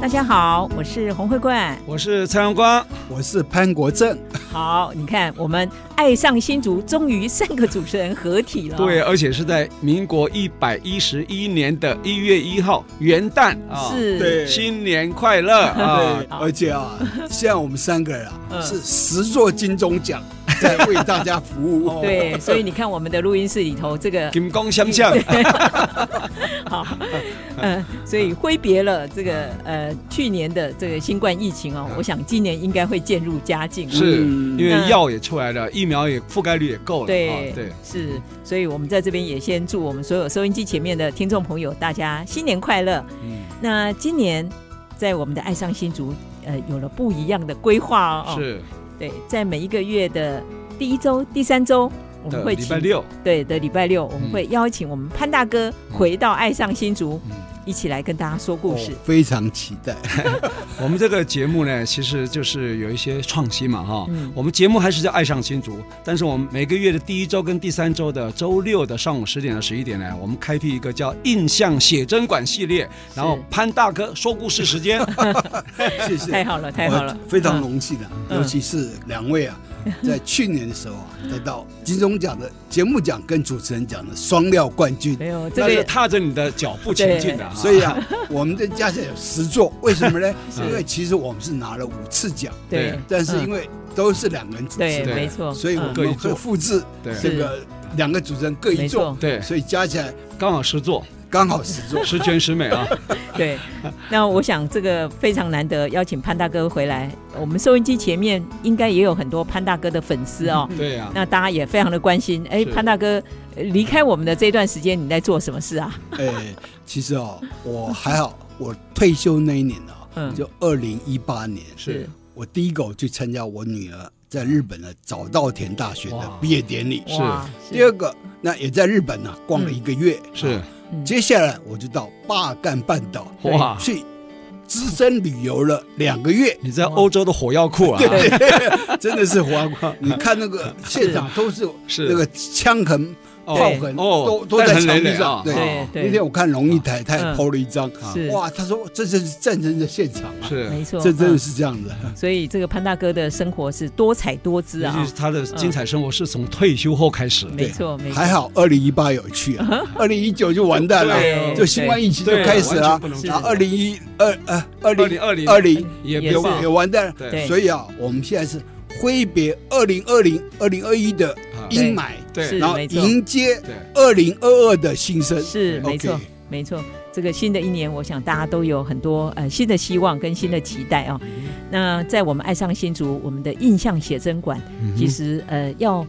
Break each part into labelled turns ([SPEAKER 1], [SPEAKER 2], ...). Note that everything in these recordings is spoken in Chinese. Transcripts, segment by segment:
[SPEAKER 1] 大家好，我是洪慧冠。
[SPEAKER 2] 我是蔡阳光，
[SPEAKER 1] 啊
[SPEAKER 3] 我是潘国正，
[SPEAKER 1] 好，你看我们爱上新竹，终于三个主持人合体了。
[SPEAKER 2] 对，，啊而且是在民国一百一十一年的一月一号元旦啊，
[SPEAKER 1] 是，
[SPEAKER 3] 对
[SPEAKER 2] 新年快乐 啊
[SPEAKER 3] 对！，而且啊，现在我们三个人
[SPEAKER 1] 嗯，
[SPEAKER 3] 啊是十座金钟奖在为大家服务
[SPEAKER 1] 对，所以你看我们的录音室里头这个
[SPEAKER 2] 金光相向，
[SPEAKER 1] 嗯好，呃，所以挥别了这个呃去年的这个新冠疫情哦，我想今年应该会渐入佳境。
[SPEAKER 2] 嗯是因
[SPEAKER 1] 嗯
[SPEAKER 2] 为
[SPEAKER 1] 那
[SPEAKER 2] 药也出来了，疫苗也覆盖率也够了，
[SPEAKER 1] 对
[SPEAKER 2] 啊对，
[SPEAKER 1] 是，所以我们在这边也先祝我们所有收音机前面的听众朋友大家新年快乐。
[SPEAKER 2] 嗯，
[SPEAKER 1] 那今年在我们的爱上新竹，呃，有了不一样的规划哦。，
[SPEAKER 2] 是
[SPEAKER 1] 对，在每一个月的第一周、第三周，我们
[SPEAKER 2] 的
[SPEAKER 1] 会
[SPEAKER 2] 礼
[SPEAKER 1] 请
[SPEAKER 2] 拜六，
[SPEAKER 1] 对的礼拜六，我们
[SPEAKER 2] 嗯
[SPEAKER 1] 会邀请我们潘大哥回到爱上新竹，
[SPEAKER 2] 嗯
[SPEAKER 1] 一起来跟大家说故事。
[SPEAKER 3] 哦非常期 待。
[SPEAKER 2] 我们这个节目呢，其实就是有一些创新嘛，哈。
[SPEAKER 1] 嗯
[SPEAKER 2] 我们节目还是叫《爱上新竹》，但是我们每个月的第一周跟第三周的周六的上午十点到十一点呢，我们开辟一个叫“印象写真馆”系列，然后潘大哥说故事时间，
[SPEAKER 3] 谢谢，
[SPEAKER 1] 太好了，太好了，
[SPEAKER 3] 我非常
[SPEAKER 1] 嗯
[SPEAKER 3] 荣幸的，
[SPEAKER 1] 嗯
[SPEAKER 3] 尤其是两位 啊，在去年的时候啊，得到金钟奖的节目奖跟主持人奖的双料冠军。
[SPEAKER 1] 没有这
[SPEAKER 2] 那是
[SPEAKER 1] 个
[SPEAKER 2] 踏着你的脚步前进的啊。
[SPEAKER 3] 所以啊，我们的加起来有十 座，为什么呢？
[SPEAKER 1] 是
[SPEAKER 3] 因为其实我们是拿了五次奖，
[SPEAKER 1] 对
[SPEAKER 2] 对，
[SPEAKER 3] 但是
[SPEAKER 1] 嗯
[SPEAKER 3] 因为都是两个人主持
[SPEAKER 1] 对，
[SPEAKER 2] 对
[SPEAKER 3] 的，
[SPEAKER 1] 没错，
[SPEAKER 3] 所以我
[SPEAKER 1] 嗯
[SPEAKER 2] 各一
[SPEAKER 3] 们
[SPEAKER 2] 座
[SPEAKER 3] 会复制
[SPEAKER 2] 对
[SPEAKER 3] 这个两个主持人各一
[SPEAKER 1] 没
[SPEAKER 3] 座
[SPEAKER 1] 错，，
[SPEAKER 2] 对，
[SPEAKER 3] 所以加起来
[SPEAKER 2] 刚好十座，
[SPEAKER 3] 刚好十 座。
[SPEAKER 2] 十全十美啊！
[SPEAKER 1] 对。那我想这个非常难得，邀请潘大哥回来，我们收音机前面应该也有很多潘大哥的粉丝哦。
[SPEAKER 2] 对呀、
[SPEAKER 1] 那大家也非常的关心，哎，
[SPEAKER 2] 是
[SPEAKER 1] 潘大哥呃离开我们的这段时间，你在做什么事啊？
[SPEAKER 3] 哎，其实哦，我还好，我退休那一年啊，
[SPEAKER 1] 嗯，
[SPEAKER 3] 就二零一八年，
[SPEAKER 2] 是
[SPEAKER 3] 我第一个我去参加我女儿在日本的早稻田大学
[SPEAKER 2] 哇
[SPEAKER 3] 的毕业典礼，
[SPEAKER 1] 嗯哇，
[SPEAKER 3] 第二个那也在日本呢、啊逛了一个月，
[SPEAKER 2] 是
[SPEAKER 3] 啊
[SPEAKER 1] 嗯
[SPEAKER 3] 接下来我就到巴干半岛
[SPEAKER 2] 哇，
[SPEAKER 3] 去资深旅游了两个月。
[SPEAKER 2] 你在欧洲的火药库啊！
[SPEAKER 3] 对， 真的是花光。你看那个现场都是
[SPEAKER 2] 是
[SPEAKER 3] 那个枪痕、
[SPEAKER 2] 哦
[SPEAKER 3] 炮痕，
[SPEAKER 2] 哦
[SPEAKER 3] 都，都在
[SPEAKER 2] 弹痕
[SPEAKER 3] 墙
[SPEAKER 2] 累
[SPEAKER 3] 壁
[SPEAKER 2] 累
[SPEAKER 3] 上
[SPEAKER 2] 啊。。
[SPEAKER 1] 对对
[SPEAKER 3] 那天我看龙应台，他也
[SPEAKER 1] 嗯
[SPEAKER 3] PO 了一张，
[SPEAKER 1] 是
[SPEAKER 3] 哇，他说这就是战争的现场啊，
[SPEAKER 2] 是，
[SPEAKER 1] 没错，
[SPEAKER 3] 这真
[SPEAKER 1] 嗯
[SPEAKER 3] 的是这样的。
[SPEAKER 1] 所以这个潘大哥的生活是多彩多姿
[SPEAKER 2] 尤
[SPEAKER 1] 啊
[SPEAKER 2] 其，是他的精彩生活是从退休后开始的。
[SPEAKER 1] 没错，没错
[SPEAKER 3] 还，好二零一八有去啊， 二零一九就完蛋
[SPEAKER 1] 对
[SPEAKER 3] 了，就新冠疫情就
[SPEAKER 2] 对
[SPEAKER 3] 开始
[SPEAKER 2] 完全
[SPEAKER 3] 了啊
[SPEAKER 2] 不能，
[SPEAKER 3] 然后
[SPEAKER 2] 接
[SPEAKER 3] 二零一二呃二
[SPEAKER 2] 二
[SPEAKER 3] 零
[SPEAKER 2] 零二零
[SPEAKER 3] 二零
[SPEAKER 2] 也
[SPEAKER 1] 也
[SPEAKER 2] 别
[SPEAKER 3] 也
[SPEAKER 1] 是
[SPEAKER 2] 忘
[SPEAKER 3] 也
[SPEAKER 2] 了，
[SPEAKER 3] 完蛋了。
[SPEAKER 2] 对
[SPEAKER 1] 对
[SPEAKER 3] 所以啊，我们现在是挥别二零二零、二零二一的
[SPEAKER 2] 啊
[SPEAKER 3] 阴霾，
[SPEAKER 1] 是
[SPEAKER 2] 对
[SPEAKER 3] 然后
[SPEAKER 1] 没错
[SPEAKER 3] 迎接
[SPEAKER 2] 对。
[SPEAKER 3] 二零二二的新生。
[SPEAKER 1] 是没错
[SPEAKER 3] 嗯 OK，
[SPEAKER 1] 没错。这个新的一年，我想大家都有很多呃新的希望跟新的期待
[SPEAKER 3] 嗯
[SPEAKER 1] 哦。那在我们爱上新竹，我们的印象写真馆，
[SPEAKER 2] 嗯
[SPEAKER 3] 嗯
[SPEAKER 1] 其实呃要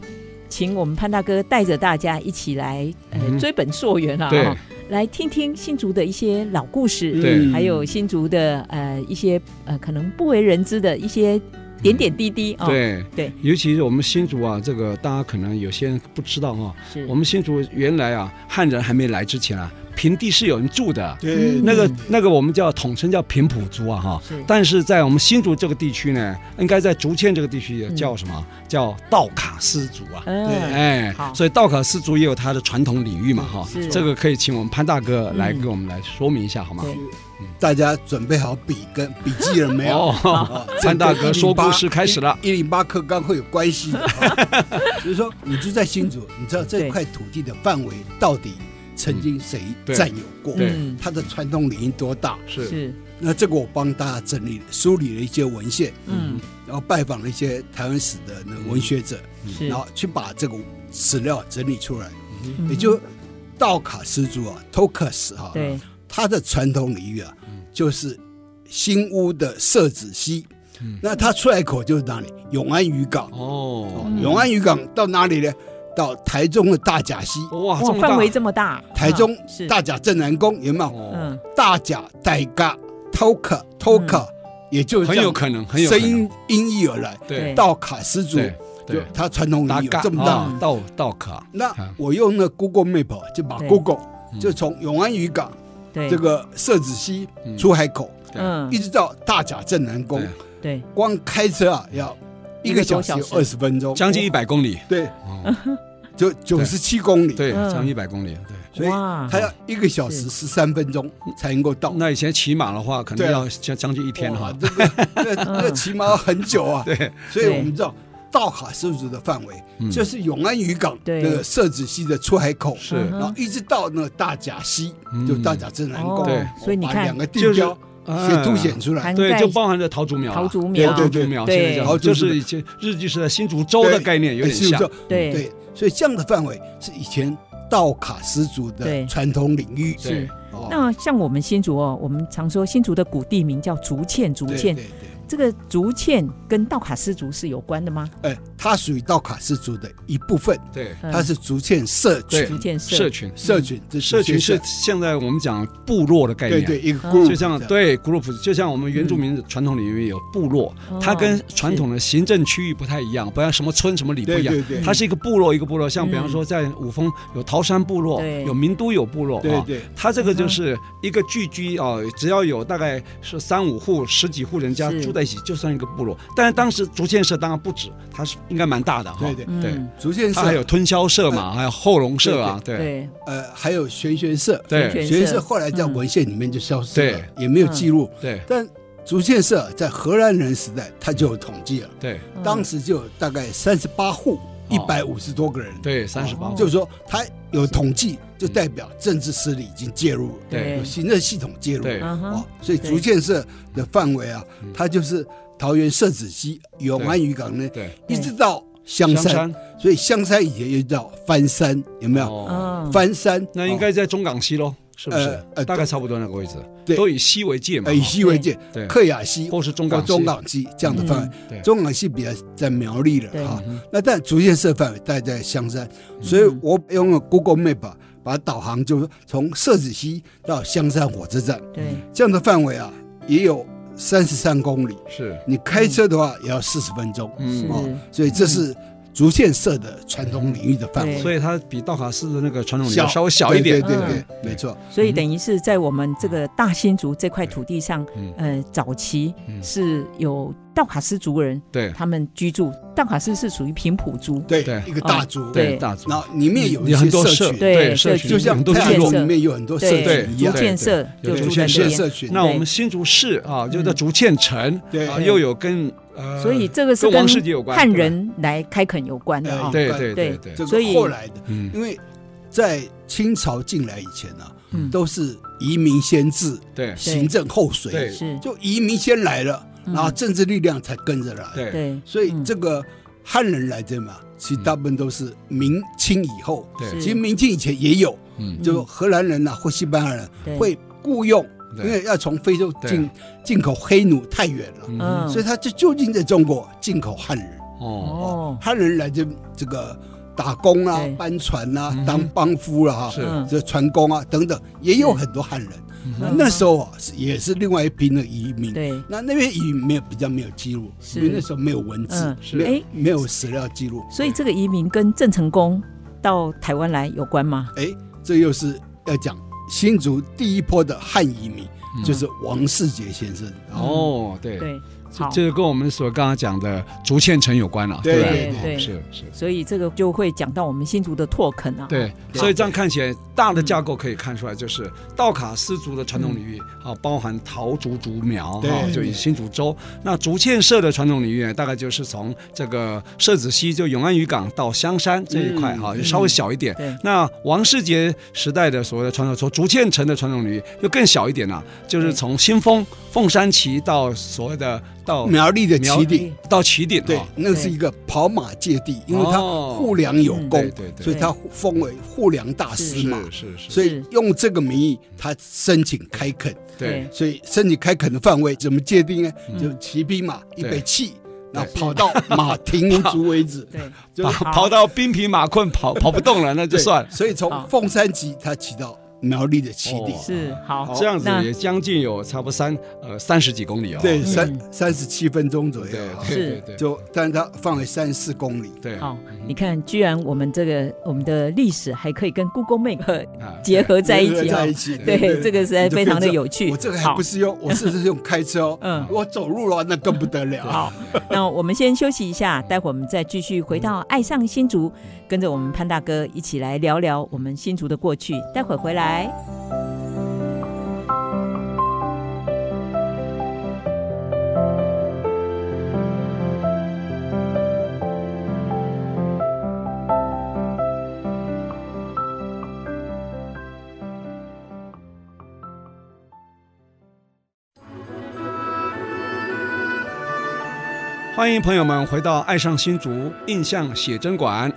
[SPEAKER 1] 请我们潘大哥带着大家一起来
[SPEAKER 2] 嗯
[SPEAKER 1] 呃追本溯源啊、
[SPEAKER 2] 对
[SPEAKER 1] 哦，来听听新竹的一些老故事，
[SPEAKER 2] 对
[SPEAKER 3] 嗯
[SPEAKER 1] 还有新竹的呃一些呃可能不为人知的一些点点滴滴哦。，
[SPEAKER 2] 对
[SPEAKER 1] 对，
[SPEAKER 2] 尤其是我们新竹啊，这个大家可能有些人不知道啊，
[SPEAKER 1] 是
[SPEAKER 2] 我们新竹原来啊，汉人还没来之前啊，平地是有人住的，
[SPEAKER 1] 嗯
[SPEAKER 3] 对，
[SPEAKER 2] 那个那个我们叫统称叫平埔族啊哈
[SPEAKER 1] 是，
[SPEAKER 2] 但是在我们新竹这个地区呢，应该在竹堑这个地区
[SPEAKER 1] 嗯
[SPEAKER 2] 叫什么？叫道卡斯族啊。
[SPEAKER 1] 嗯
[SPEAKER 3] 对
[SPEAKER 2] 哎
[SPEAKER 1] 好，
[SPEAKER 2] 所以道卡斯族也有它的传统领域嘛，哈
[SPEAKER 1] 是，嗯
[SPEAKER 2] 这个可以请我们潘大哥来给我们来说明一下，好吗？
[SPEAKER 1] 对
[SPEAKER 3] 大家准备好笔跟笔记了没有？
[SPEAKER 2] 哦，潘大哥说故事开始了，
[SPEAKER 3] 一零八课纲会有关系的、哦， 就是说你就在新竹，你知道这块土地的范围到底曾经谁
[SPEAKER 2] 对
[SPEAKER 3] 占有过，
[SPEAKER 2] 对
[SPEAKER 1] 嗯
[SPEAKER 3] 它的传统领域多大？
[SPEAKER 2] 是
[SPEAKER 1] 是
[SPEAKER 3] 那这个我帮大家整理梳理了一些文献，
[SPEAKER 1] 嗯
[SPEAKER 3] 然后拜访了一些台湾史的那个文学者，
[SPEAKER 1] 是，
[SPEAKER 3] 然后去把这个史料整理出来，
[SPEAKER 1] 嗯
[SPEAKER 3] 也就道卡斯族啊 t o k a s 哈，
[SPEAKER 1] 对
[SPEAKER 2] 嗯
[SPEAKER 3] 它的传统领域啊，就是新屋的社子溪，那它出来口就是哪里？永安渔港。
[SPEAKER 2] 嗯哦，
[SPEAKER 1] 嗯
[SPEAKER 3] 永安渔港到哪里呢？到台中的大甲溪，
[SPEAKER 2] 哇，这
[SPEAKER 1] 哇，
[SPEAKER 2] 么大啊
[SPEAKER 1] 范围这么大，
[SPEAKER 3] 台中
[SPEAKER 1] 嗯哦是
[SPEAKER 3] 大甲镇南宫有没有？
[SPEAKER 2] 哦，
[SPEAKER 1] 嗯
[SPEAKER 3] 大甲代嘎偷卡偷卡，也就是这
[SPEAKER 2] 很
[SPEAKER 3] 样
[SPEAKER 2] 有可能，很有可
[SPEAKER 3] 声
[SPEAKER 2] 能
[SPEAKER 3] 音音译而来。
[SPEAKER 2] 对
[SPEAKER 1] 对
[SPEAKER 3] 道卡斯族，
[SPEAKER 2] 对
[SPEAKER 3] 就
[SPEAKER 2] 对，
[SPEAKER 3] 它传统
[SPEAKER 2] 大
[SPEAKER 3] 语有
[SPEAKER 2] 嘎
[SPEAKER 3] 这么大。
[SPEAKER 2] 啊道道卡，
[SPEAKER 3] 那我用那 Google Map 就把
[SPEAKER 1] 对
[SPEAKER 3] Google
[SPEAKER 2] 啊嗯
[SPEAKER 3] 就从永安渔港
[SPEAKER 1] 对
[SPEAKER 3] 这个社子溪
[SPEAKER 2] 嗯
[SPEAKER 3] 出海口，
[SPEAKER 1] 嗯
[SPEAKER 3] 一直到大甲镇南宫
[SPEAKER 2] 对，
[SPEAKER 1] 对
[SPEAKER 3] 光开车啊要一个小时
[SPEAKER 1] 一个多小时
[SPEAKER 3] 二十分钟，
[SPEAKER 2] 将近一百公里，
[SPEAKER 3] 对，
[SPEAKER 2] 哦，
[SPEAKER 3] 就九十七公里，
[SPEAKER 2] 对，
[SPEAKER 1] 嗯
[SPEAKER 2] 将近一百公里，对。
[SPEAKER 3] 所以
[SPEAKER 1] 哇
[SPEAKER 3] 它要一个小时十三分钟才能够到。
[SPEAKER 2] 那以前骑马的话，可能
[SPEAKER 3] 对啊
[SPEAKER 2] 要将将近一天
[SPEAKER 3] 哇
[SPEAKER 2] 哈。
[SPEAKER 3] 这个那 那
[SPEAKER 1] 嗯
[SPEAKER 3] 骑马很久啊。
[SPEAKER 2] 对，
[SPEAKER 3] 所以我们知道道卡氏族的范围
[SPEAKER 2] 嗯
[SPEAKER 3] 就是永安渔港
[SPEAKER 1] 对
[SPEAKER 3] 那个社子溪的出海口，
[SPEAKER 2] 是
[SPEAKER 1] 嗯哼
[SPEAKER 3] 然后一直到那个大甲溪，
[SPEAKER 2] 嗯
[SPEAKER 3] 就大甲镇南宫，
[SPEAKER 1] 哦
[SPEAKER 2] 对
[SPEAKER 3] 我
[SPEAKER 1] 所以你
[SPEAKER 3] 把
[SPEAKER 1] 看
[SPEAKER 3] 两个地
[SPEAKER 2] 就是
[SPEAKER 3] 标
[SPEAKER 2] 哎
[SPEAKER 3] 也凸显出来
[SPEAKER 1] 涵，
[SPEAKER 2] 对，
[SPEAKER 1] 盖
[SPEAKER 2] 就包含着桃竹苗啊，
[SPEAKER 1] 桃竹苗，
[SPEAKER 3] 对对
[SPEAKER 2] 竹苗，
[SPEAKER 1] 对
[SPEAKER 2] 现在讲
[SPEAKER 3] 桃竹
[SPEAKER 2] 就
[SPEAKER 3] 苗
[SPEAKER 2] 是以前日据时代新竹州的概念有点
[SPEAKER 3] 哎是不是
[SPEAKER 2] 像，
[SPEAKER 1] 对
[SPEAKER 3] 对，所以这样的范围是以前道卡氏族的
[SPEAKER 1] 对
[SPEAKER 3] 传统领域，
[SPEAKER 2] 对
[SPEAKER 1] 是
[SPEAKER 3] 哦
[SPEAKER 1] 那像我们新竹哦，我们常说新竹的古地名叫竹堑，竹
[SPEAKER 3] 对
[SPEAKER 1] 堑
[SPEAKER 3] 对对，
[SPEAKER 1] 这个竹堑跟道卡斯族是有关的吗？
[SPEAKER 3] 哎，它属于道卡氏族的一部分，
[SPEAKER 2] 对
[SPEAKER 1] 嗯
[SPEAKER 3] 它是逐渐社
[SPEAKER 2] 对
[SPEAKER 3] 群，
[SPEAKER 1] 竹堑
[SPEAKER 2] 社
[SPEAKER 1] 社，
[SPEAKER 2] 群，
[SPEAKER 3] 社群，这
[SPEAKER 2] 社群
[SPEAKER 3] 社
[SPEAKER 2] 是现在我们讲部落的概
[SPEAKER 3] 对
[SPEAKER 2] 念，啊
[SPEAKER 3] 对一个
[SPEAKER 1] 嗯
[SPEAKER 3] group，
[SPEAKER 2] 就像
[SPEAKER 3] 这样
[SPEAKER 2] 对 group，就像我们原住民的传统领域有部落，
[SPEAKER 3] 嗯
[SPEAKER 1] 哦
[SPEAKER 2] 它跟传统的行政区域不太一样，不像什么村什么里不
[SPEAKER 3] 对
[SPEAKER 2] 一样
[SPEAKER 3] 对，对，
[SPEAKER 2] 它是一个部落一个部落，像比方
[SPEAKER 1] 嗯
[SPEAKER 2] 说在五峰有桃山部落，
[SPEAKER 1] 对
[SPEAKER 2] 有名都有部落，
[SPEAKER 3] 对
[SPEAKER 2] 啊
[SPEAKER 3] 对嗯
[SPEAKER 2] 它这个就是一个聚居啊，只要有大概是三五户、十几户人家
[SPEAKER 1] 是
[SPEAKER 2] 住在一起，就算一个部落。但是当时竹堑社当然不止，它是应该蛮大的哈。
[SPEAKER 3] 对对，嗯
[SPEAKER 1] 嗯
[SPEAKER 2] 对
[SPEAKER 3] 逐渐
[SPEAKER 2] 它还有
[SPEAKER 3] 社
[SPEAKER 2] 吞霄社嘛，还有后龙社啊，对
[SPEAKER 1] 对
[SPEAKER 3] 呃还有玄学社，
[SPEAKER 2] 对
[SPEAKER 1] 对
[SPEAKER 3] 学
[SPEAKER 1] 学
[SPEAKER 3] 社
[SPEAKER 1] 社嗯
[SPEAKER 3] 后来在文献里面就消失了，
[SPEAKER 2] 嗯
[SPEAKER 3] 也没有记录。
[SPEAKER 2] 对
[SPEAKER 3] 但竹堑社在荷兰人时代，他就有统计了，
[SPEAKER 2] 对
[SPEAKER 1] 嗯
[SPEAKER 3] 当时就有大概三十八户，一
[SPEAKER 2] 哦
[SPEAKER 3] 百五十多个人。
[SPEAKER 2] 对，三十八
[SPEAKER 3] 哦，就是说他有统计，就代表政治势力已经介入了，
[SPEAKER 2] 对
[SPEAKER 3] 有行政系统介入
[SPEAKER 2] 对
[SPEAKER 3] 了。
[SPEAKER 1] 嗯哼
[SPEAKER 3] 哦，所以竹堑社的范围啊
[SPEAKER 2] 嗯，
[SPEAKER 3] 它就是桃园社子溪、永安渔港呢，
[SPEAKER 2] 对，哦
[SPEAKER 3] 一
[SPEAKER 1] 对
[SPEAKER 3] 直到香山。所以香山以前又叫翻山，有没有？
[SPEAKER 2] 哦，
[SPEAKER 1] 嗯，
[SPEAKER 3] 翻山
[SPEAKER 2] 那应
[SPEAKER 3] 哦
[SPEAKER 2] 该在中港西喽，是不
[SPEAKER 3] 呃
[SPEAKER 2] 是
[SPEAKER 3] 呃？
[SPEAKER 2] 大概差不多那个位置，
[SPEAKER 3] 对
[SPEAKER 2] 都以西为界嘛
[SPEAKER 3] 呃，以西为界，
[SPEAKER 2] 对，
[SPEAKER 3] 克雅西
[SPEAKER 2] 或是中
[SPEAKER 3] 或
[SPEAKER 2] 港
[SPEAKER 3] 哦中
[SPEAKER 2] 西，
[SPEAKER 3] 港西这样的范围。
[SPEAKER 2] 对
[SPEAKER 3] 中港西比较在苗栗了
[SPEAKER 1] 对
[SPEAKER 3] 哈
[SPEAKER 2] 嗯，
[SPEAKER 3] 那但竹堑社范围大概在香山，所以我用了 Google Map 把导航，就是从社子溪到香山火车站
[SPEAKER 1] 对
[SPEAKER 3] 这样的范围啊，也有三十三公里。
[SPEAKER 2] 是，
[SPEAKER 3] 你开车的话也要四十分钟
[SPEAKER 2] 嗯
[SPEAKER 1] 是
[SPEAKER 3] 哦，所以这是竹堑社的传统领域的范围
[SPEAKER 1] 对，
[SPEAKER 2] 所以它比道卡寺的那个传统领域嗯稍微小
[SPEAKER 3] 对
[SPEAKER 2] 一点，
[SPEAKER 3] 对对
[SPEAKER 1] 嗯
[SPEAKER 3] 对，没错，
[SPEAKER 1] 所以等于是在我们这个大新竹这块土地上，
[SPEAKER 2] 嗯
[SPEAKER 1] 呃，早期
[SPEAKER 2] 嗯
[SPEAKER 1] 是有道卡斯族人
[SPEAKER 2] 对
[SPEAKER 1] 他们居住，道卡斯是属于平埔族，
[SPEAKER 3] 对
[SPEAKER 2] 对，
[SPEAKER 3] 一个大竹，
[SPEAKER 1] 对
[SPEAKER 2] 大族
[SPEAKER 3] 然后里面有
[SPEAKER 2] 有
[SPEAKER 3] 一些
[SPEAKER 2] 很多
[SPEAKER 3] 社
[SPEAKER 2] 社
[SPEAKER 3] 群，
[SPEAKER 1] 对
[SPEAKER 2] 社
[SPEAKER 1] 社
[SPEAKER 2] 群
[SPEAKER 1] 群
[SPEAKER 3] 就像
[SPEAKER 2] 很多
[SPEAKER 3] 太
[SPEAKER 2] 聚
[SPEAKER 3] 阳
[SPEAKER 2] 落
[SPEAKER 3] 宫。里面有很多社
[SPEAKER 2] 哦对
[SPEAKER 3] 群一
[SPEAKER 1] 竹
[SPEAKER 3] 样，
[SPEAKER 1] 建社
[SPEAKER 2] 对
[SPEAKER 1] 就
[SPEAKER 2] 对
[SPEAKER 1] 住
[SPEAKER 2] 建
[SPEAKER 1] 在
[SPEAKER 2] 设
[SPEAKER 1] 这边，
[SPEAKER 3] 建社群。
[SPEAKER 2] 那我们新竹市啊，就在竹堑城，
[SPEAKER 3] 对
[SPEAKER 2] 啊又有跟呃，
[SPEAKER 1] 所以这个是
[SPEAKER 2] 跟
[SPEAKER 1] 跟
[SPEAKER 2] 王世杰有关，
[SPEAKER 1] 汉
[SPEAKER 2] 对吧，哎
[SPEAKER 1] 人来开垦有关的啊。
[SPEAKER 2] 对
[SPEAKER 3] 有
[SPEAKER 2] 对对
[SPEAKER 1] 对
[SPEAKER 2] 对，
[SPEAKER 3] 这
[SPEAKER 1] 所
[SPEAKER 3] 个
[SPEAKER 1] 以
[SPEAKER 3] 后来的，
[SPEAKER 2] 嗯，
[SPEAKER 3] 因为在清朝进来以前呢、啊，
[SPEAKER 1] 嗯
[SPEAKER 3] 都是移民先治，
[SPEAKER 2] 对
[SPEAKER 3] 行政后
[SPEAKER 2] 对
[SPEAKER 3] 随，
[SPEAKER 1] 是，
[SPEAKER 3] 就移民先来了，
[SPEAKER 1] 嗯
[SPEAKER 3] 然后政治力量才跟着来。
[SPEAKER 2] 对嗯
[SPEAKER 1] 对
[SPEAKER 3] 所以这个汉人来这嘛，其实大部分都是明清以后，
[SPEAKER 2] 对，
[SPEAKER 1] 嗯
[SPEAKER 3] 其实明清以前也有，
[SPEAKER 2] 嗯，
[SPEAKER 3] 就荷兰人啊呐、或西班牙人
[SPEAKER 1] 对
[SPEAKER 3] 会雇佣，因
[SPEAKER 2] 对，
[SPEAKER 3] 为要从非洲
[SPEAKER 2] 对
[SPEAKER 3] 进进口黑奴太远了，
[SPEAKER 2] 嗯，
[SPEAKER 3] 所以他就就近在中国进口汉人。
[SPEAKER 2] 哦，
[SPEAKER 3] 哦
[SPEAKER 1] 哦，，
[SPEAKER 3] 汉人来这这个打工啊
[SPEAKER 1] 对、
[SPEAKER 3] 搬船啊
[SPEAKER 2] 嗯、
[SPEAKER 3] 当帮夫了哈，
[SPEAKER 2] 是
[SPEAKER 1] 嗯
[SPEAKER 3] 这船工啊等等，也有
[SPEAKER 1] 是
[SPEAKER 3] 很多汉人。
[SPEAKER 1] 嗯
[SPEAKER 3] 那时候啊，是也是另外一批的移民。
[SPEAKER 1] 对，
[SPEAKER 3] 那那边移民没有比较没有记录，
[SPEAKER 1] 是
[SPEAKER 3] 因为那时候没有文字
[SPEAKER 1] 嗯，
[SPEAKER 3] 没有
[SPEAKER 1] 哎
[SPEAKER 3] 没有史料记录。
[SPEAKER 1] 所以这个移民跟郑成功到台湾来有关吗？
[SPEAKER 3] 哎，这又是要讲新竹第一波的汉移民，
[SPEAKER 1] 嗯
[SPEAKER 3] 就是王世杰先生。哦，
[SPEAKER 2] 哦，对，
[SPEAKER 1] 对，
[SPEAKER 2] 这
[SPEAKER 1] 好，
[SPEAKER 2] 这个跟我们所刚刚讲的竹堑城有关了，
[SPEAKER 3] 对
[SPEAKER 2] 不
[SPEAKER 3] 对
[SPEAKER 1] 对
[SPEAKER 2] 是是。
[SPEAKER 1] 所以这个就会讲到我们新竹的拓垦啊。
[SPEAKER 2] 对，
[SPEAKER 3] 对
[SPEAKER 2] 所以这样看起来，大的架构可以看出来，就是道卡斯族的传统领域啊，包含桃竹竹苗
[SPEAKER 3] 嗯对
[SPEAKER 2] 啊，就以新竹州。那竹堑社的传统领域呢，大概就是从这个社子溪就永安渔港到香山这一
[SPEAKER 3] 嗯
[SPEAKER 2] 块哈，就稍微小一点。
[SPEAKER 1] 对
[SPEAKER 2] 那王世杰时代的所谓的传统，从竹堑啊城的传统领域就更小一点了、就是从新丰凤山旗到所谓的到
[SPEAKER 3] 嗯苗栗的起
[SPEAKER 1] 苗栗哦
[SPEAKER 3] 点，
[SPEAKER 2] 到起点
[SPEAKER 3] 对
[SPEAKER 2] 啊，
[SPEAKER 3] 那是一个跑马界地，因为它
[SPEAKER 2] 哦
[SPEAKER 3] 护粮有
[SPEAKER 1] 嗯
[SPEAKER 3] 功
[SPEAKER 2] 对，对对
[SPEAKER 3] 所以他封为护粮大
[SPEAKER 2] 是
[SPEAKER 3] 师嘛。
[SPEAKER 2] 是是，
[SPEAKER 3] 所以
[SPEAKER 1] 是，
[SPEAKER 3] 用这个名义，他申请开垦，
[SPEAKER 2] 对
[SPEAKER 3] 所以申请开垦的范围怎么界定呢？
[SPEAKER 2] 嗯
[SPEAKER 3] 就骑兵马一
[SPEAKER 2] 对
[SPEAKER 3] 北气，那
[SPEAKER 2] 对
[SPEAKER 3] 跑到马停无足 为止
[SPEAKER 1] 对，
[SPEAKER 3] 就
[SPEAKER 2] 跑
[SPEAKER 3] 是
[SPEAKER 2] 跑到兵疲马困，跑跑不动了，那就
[SPEAKER 3] 对
[SPEAKER 2] 算了。
[SPEAKER 3] 所以
[SPEAKER 1] 好
[SPEAKER 3] 从凤山籍，他骑到苗栗的起点
[SPEAKER 2] 哦，
[SPEAKER 1] 是好
[SPEAKER 2] 这样子
[SPEAKER 1] 那
[SPEAKER 2] 也将近有差不多三呃三十几公里哦。
[SPEAKER 3] 对，
[SPEAKER 1] 嗯
[SPEAKER 3] 三三十七分钟左右
[SPEAKER 2] 对
[SPEAKER 3] 啊，
[SPEAKER 1] 是
[SPEAKER 2] 对对对
[SPEAKER 3] 就但是它范围三四公里，
[SPEAKER 2] 对
[SPEAKER 1] 好，你看，居然我们这个我们的历史还可以跟 Google Map
[SPEAKER 2] 啊
[SPEAKER 1] 结合在一起
[SPEAKER 3] 在一
[SPEAKER 1] 哦，
[SPEAKER 3] 起，
[SPEAKER 1] 对这个实在非常的有趣
[SPEAKER 3] 我这个还
[SPEAKER 1] 好
[SPEAKER 3] 不是用，我是是用开车哦，
[SPEAKER 1] 嗯
[SPEAKER 3] 我走路了那更不得 了。
[SPEAKER 1] 好，那我们先休息一下，待会我们再继续回到爱上新竹，跟着我们潘大哥一起来聊聊我们新竹的过去。待会儿回来。
[SPEAKER 2] 欢迎朋友们回到《爱上新竹印象写真馆》。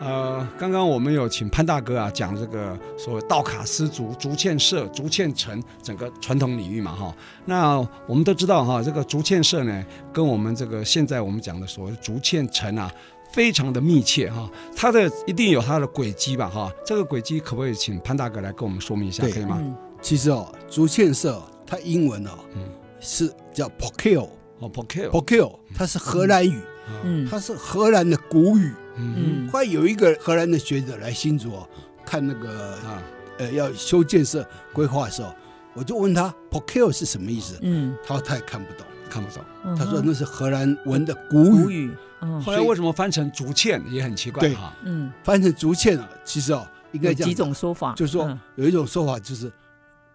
[SPEAKER 2] 呃，刚刚我们有请潘大哥啊讲这个所谓道卡斯族、竹堑社、竹堑城整个传统领域嘛哈。那我们都知道哈，这个竹堑社呢，跟我们这个现在我们讲的所谓竹堑城啊，非常的密切哈。它的一定有它的轨迹吧哈。这个轨迹可不可以请潘大哥来跟我们说明一下，
[SPEAKER 3] 对
[SPEAKER 2] 可以吗？
[SPEAKER 1] 嗯，
[SPEAKER 3] 其实哦，竹堑社哦它英文哦
[SPEAKER 2] 嗯
[SPEAKER 3] 是叫 p o k i l
[SPEAKER 2] 哦 p o k e
[SPEAKER 3] p o k i l 它是荷兰语，
[SPEAKER 1] 嗯
[SPEAKER 3] 它是荷兰的古语。
[SPEAKER 2] 嗯
[SPEAKER 1] 嗯
[SPEAKER 3] 后来有一个荷兰的学者来新竹哦，看那个
[SPEAKER 2] 啊
[SPEAKER 3] 呃要修建设规划的时候，我就问他 p o k i l 是什么意思，
[SPEAKER 1] 嗯，
[SPEAKER 3] 他说他也看不懂，
[SPEAKER 2] 看不懂。
[SPEAKER 1] 嗯
[SPEAKER 3] 他说
[SPEAKER 1] 哼
[SPEAKER 3] 那是荷兰文的古
[SPEAKER 1] 无
[SPEAKER 3] 语，
[SPEAKER 1] 语，嗯
[SPEAKER 2] 后来为什么翻成竹堑也很奇怪
[SPEAKER 3] 对
[SPEAKER 2] 哈。
[SPEAKER 1] 嗯，
[SPEAKER 3] 翻成竹堑啊，其实哦应
[SPEAKER 1] 有
[SPEAKER 3] 该讲
[SPEAKER 1] 几种说法，
[SPEAKER 3] 就是说
[SPEAKER 1] 嗯
[SPEAKER 3] 有一种说法就是，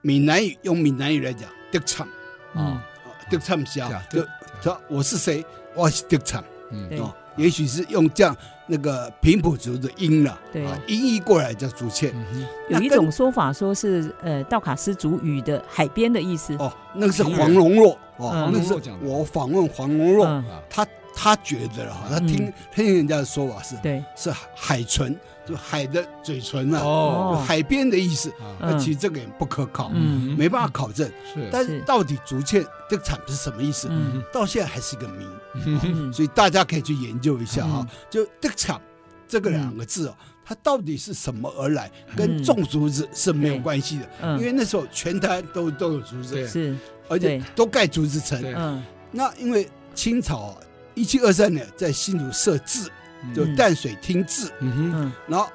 [SPEAKER 3] 闽南语用闽南语来讲，德唱
[SPEAKER 1] 嗯
[SPEAKER 2] 啊，
[SPEAKER 3] 德唱
[SPEAKER 2] 对
[SPEAKER 3] 侠
[SPEAKER 2] 啊，
[SPEAKER 3] 就说我是谁，我是德唱
[SPEAKER 2] 嗯
[SPEAKER 1] 对
[SPEAKER 3] 哦，也许是用这样那个平埔族的音了，
[SPEAKER 1] 对
[SPEAKER 3] 啊，音译过来叫竹堑
[SPEAKER 2] 嗯哼
[SPEAKER 1] 有
[SPEAKER 3] 那
[SPEAKER 1] 一
[SPEAKER 3] 跟
[SPEAKER 1] 种说法说是呃道卡斯族语的海边的意思，
[SPEAKER 3] 哦，那个是黄龙洛
[SPEAKER 1] 嗯
[SPEAKER 3] 哦，那
[SPEAKER 2] 黄
[SPEAKER 3] 是
[SPEAKER 2] 龙洛讲的
[SPEAKER 3] 我访问黄龙洛，
[SPEAKER 1] 嗯，
[SPEAKER 3] 他他觉得了哈，他听听人家的说法是
[SPEAKER 1] 对，
[SPEAKER 3] 是海唇，就海的嘴唇啊，
[SPEAKER 2] 哦，
[SPEAKER 3] 就海边的意思，
[SPEAKER 2] 啊
[SPEAKER 3] 那
[SPEAKER 1] 嗯
[SPEAKER 3] 其实这个也不可靠，
[SPEAKER 1] 嗯
[SPEAKER 3] 没办法考证。
[SPEAKER 2] 是，
[SPEAKER 3] 但是到底竹堑这个产是什么意思？
[SPEAKER 1] 嗯
[SPEAKER 3] 到现在还是一个谜，
[SPEAKER 1] 嗯
[SPEAKER 3] 所以大家可以去研究一下哈。就这个产这个两个字哦，
[SPEAKER 1] 嗯
[SPEAKER 3] 它到底是什么而来，跟种竹子是没有关系的，
[SPEAKER 1] 嗯，
[SPEAKER 3] 因为那时候全台都都有竹
[SPEAKER 2] 对
[SPEAKER 3] 子，
[SPEAKER 1] 是
[SPEAKER 3] 而且都盖竹子城。
[SPEAKER 2] 对
[SPEAKER 1] 嗯
[SPEAKER 3] 那因为清朝啊一七二三年在新竹设置，就
[SPEAKER 1] 嗯
[SPEAKER 3] 淡水厅制，
[SPEAKER 2] 嗯哼
[SPEAKER 1] 嗯
[SPEAKER 3] 然后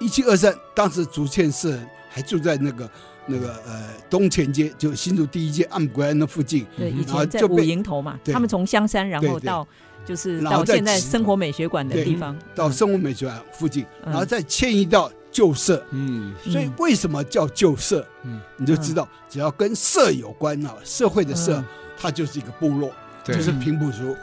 [SPEAKER 3] 一七二三，当时竹堑社人还住在那个那个呃东前街，就新竹第一街暗谷安那附近，
[SPEAKER 2] 嗯
[SPEAKER 1] 对，以
[SPEAKER 3] 然后
[SPEAKER 1] 前在
[SPEAKER 3] 啊就
[SPEAKER 1] 五
[SPEAKER 3] 被
[SPEAKER 1] 营头嘛，
[SPEAKER 3] 对
[SPEAKER 1] 他们从香山然后
[SPEAKER 3] 对对
[SPEAKER 1] 到就是
[SPEAKER 3] 然后
[SPEAKER 1] 到
[SPEAKER 3] 再
[SPEAKER 1] 现在
[SPEAKER 3] 骑
[SPEAKER 1] 生活美学馆的
[SPEAKER 3] 对
[SPEAKER 1] 地方，
[SPEAKER 3] 到
[SPEAKER 1] 嗯
[SPEAKER 3] 生活美学馆附近，
[SPEAKER 1] 嗯
[SPEAKER 3] 然后再迁移到旧社。
[SPEAKER 2] 嗯
[SPEAKER 3] 所以为什么叫旧社？
[SPEAKER 2] 嗯，
[SPEAKER 3] 你就知道，只要跟社有关啊，社会的社
[SPEAKER 1] 嗯，
[SPEAKER 3] 它就是一个部落，
[SPEAKER 2] 对
[SPEAKER 3] 就是平埔族，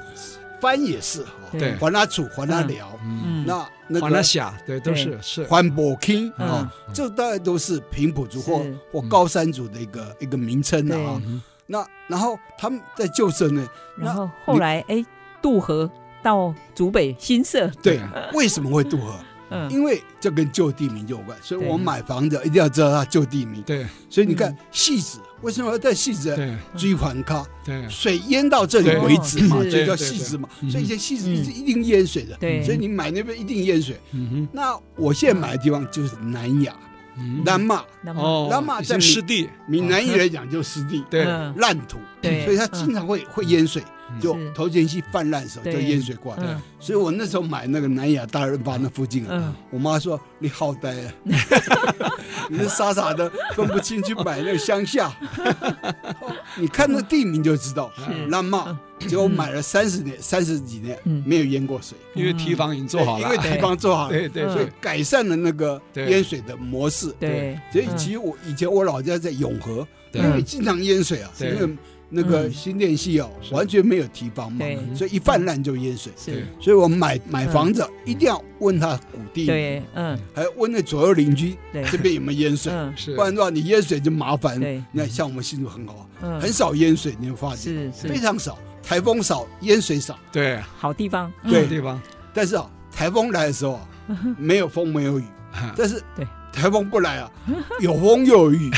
[SPEAKER 3] 番也是哈，
[SPEAKER 2] 对
[SPEAKER 3] 还他楚，还他辽，
[SPEAKER 2] 嗯，
[SPEAKER 1] 嗯
[SPEAKER 3] 那那
[SPEAKER 2] 华南
[SPEAKER 3] 个
[SPEAKER 2] 峡对都是是
[SPEAKER 3] 还博钦
[SPEAKER 1] 嗯
[SPEAKER 3] 啊，这大概都是平埔族或
[SPEAKER 1] 是
[SPEAKER 3] 或高山族的一个一个名称了
[SPEAKER 1] 对
[SPEAKER 3] 啊。
[SPEAKER 2] 嗯
[SPEAKER 3] 那然后他们在旧社呢，
[SPEAKER 1] 然
[SPEAKER 3] 那
[SPEAKER 1] 后后来哎渡河到竹北新社，
[SPEAKER 3] 对
[SPEAKER 2] 对啊，
[SPEAKER 3] 为什么会渡河？
[SPEAKER 1] 嗯
[SPEAKER 3] 因为这跟旧地名就有关，所以
[SPEAKER 1] 对
[SPEAKER 3] 我们买房子一定要知道它旧地名。
[SPEAKER 2] 对
[SPEAKER 3] 所以你看
[SPEAKER 1] 嗯
[SPEAKER 3] 戏子为什么要带戏子？
[SPEAKER 2] 对
[SPEAKER 3] 追还咖，
[SPEAKER 2] 对
[SPEAKER 3] 水淹到这里为止嘛，
[SPEAKER 1] 对
[SPEAKER 3] 所以叫
[SPEAKER 2] 对对
[SPEAKER 3] 戏子嘛
[SPEAKER 2] 对。
[SPEAKER 3] 所以以前戏子
[SPEAKER 1] 嗯
[SPEAKER 3] 一定一定淹水的，
[SPEAKER 1] 对
[SPEAKER 3] 所以你买那边一定淹水。
[SPEAKER 2] 嗯
[SPEAKER 3] 那我现在买的地方就是南雅、
[SPEAKER 2] 哼
[SPEAKER 3] 南骂，
[SPEAKER 1] 那么
[SPEAKER 2] 哦，
[SPEAKER 3] 南马
[SPEAKER 2] 已
[SPEAKER 3] 在
[SPEAKER 2] 经
[SPEAKER 3] 闽
[SPEAKER 2] 湿地
[SPEAKER 3] 闽南语来讲就是湿地、
[SPEAKER 2] 对嗯
[SPEAKER 1] 嗯
[SPEAKER 3] 烂土，
[SPEAKER 1] 对
[SPEAKER 3] 所以它经常会会淹水，就是头前溪泛滥的时候就
[SPEAKER 1] 对
[SPEAKER 3] 淹水过来。
[SPEAKER 1] 嗯
[SPEAKER 3] 所以我那时候买那个南雅大润发那附近啊，
[SPEAKER 1] 嗯
[SPEAKER 3] 我妈说你好呆啊， 你是傻傻的分不清去买那个乡下， 你看那地名就知道
[SPEAKER 1] 是，
[SPEAKER 3] 那嘛，结果买了三十年三十几年
[SPEAKER 1] 嗯
[SPEAKER 3] 没有淹过水，
[SPEAKER 2] 因为堤防已经做好
[SPEAKER 3] 嗯因
[SPEAKER 2] 了
[SPEAKER 3] 为，地方做好了，
[SPEAKER 2] 对对
[SPEAKER 1] 嗯
[SPEAKER 3] 所以
[SPEAKER 2] 对
[SPEAKER 3] 改善了那个
[SPEAKER 2] 对
[SPEAKER 3] 淹水的模式。
[SPEAKER 1] 对，
[SPEAKER 3] 所以
[SPEAKER 1] 嗯
[SPEAKER 3] 其实我以前我老家在永和，
[SPEAKER 2] 对
[SPEAKER 3] 因为经常淹水啊，因
[SPEAKER 2] 对
[SPEAKER 3] 为那个新店溪哦
[SPEAKER 2] 是
[SPEAKER 3] 完全没有堤防嘛
[SPEAKER 1] 嗯对，嗯
[SPEAKER 3] 所以一泛滥就淹水。
[SPEAKER 1] 是，
[SPEAKER 3] 所以我们买买房子一定要问他谷地，
[SPEAKER 1] 嗯对，嗯
[SPEAKER 3] 还有问那左右邻居
[SPEAKER 1] 对，
[SPEAKER 3] 这边有没有淹水，
[SPEAKER 1] 嗯
[SPEAKER 2] 是
[SPEAKER 3] 不然的话你淹水就麻烦。
[SPEAKER 1] 对，
[SPEAKER 3] 那像我们新竹很好，
[SPEAKER 1] 嗯
[SPEAKER 3] 很少淹水，你会发现
[SPEAKER 1] 是是
[SPEAKER 3] 非常少。台风少，淹水少，
[SPEAKER 2] 对，
[SPEAKER 1] 好地方，
[SPEAKER 3] 对
[SPEAKER 2] 这个地 方
[SPEAKER 3] 但是啊，台风来的时候啊没有风没有雨，但是
[SPEAKER 1] 对
[SPEAKER 3] 台风不来啊，有风又有雨，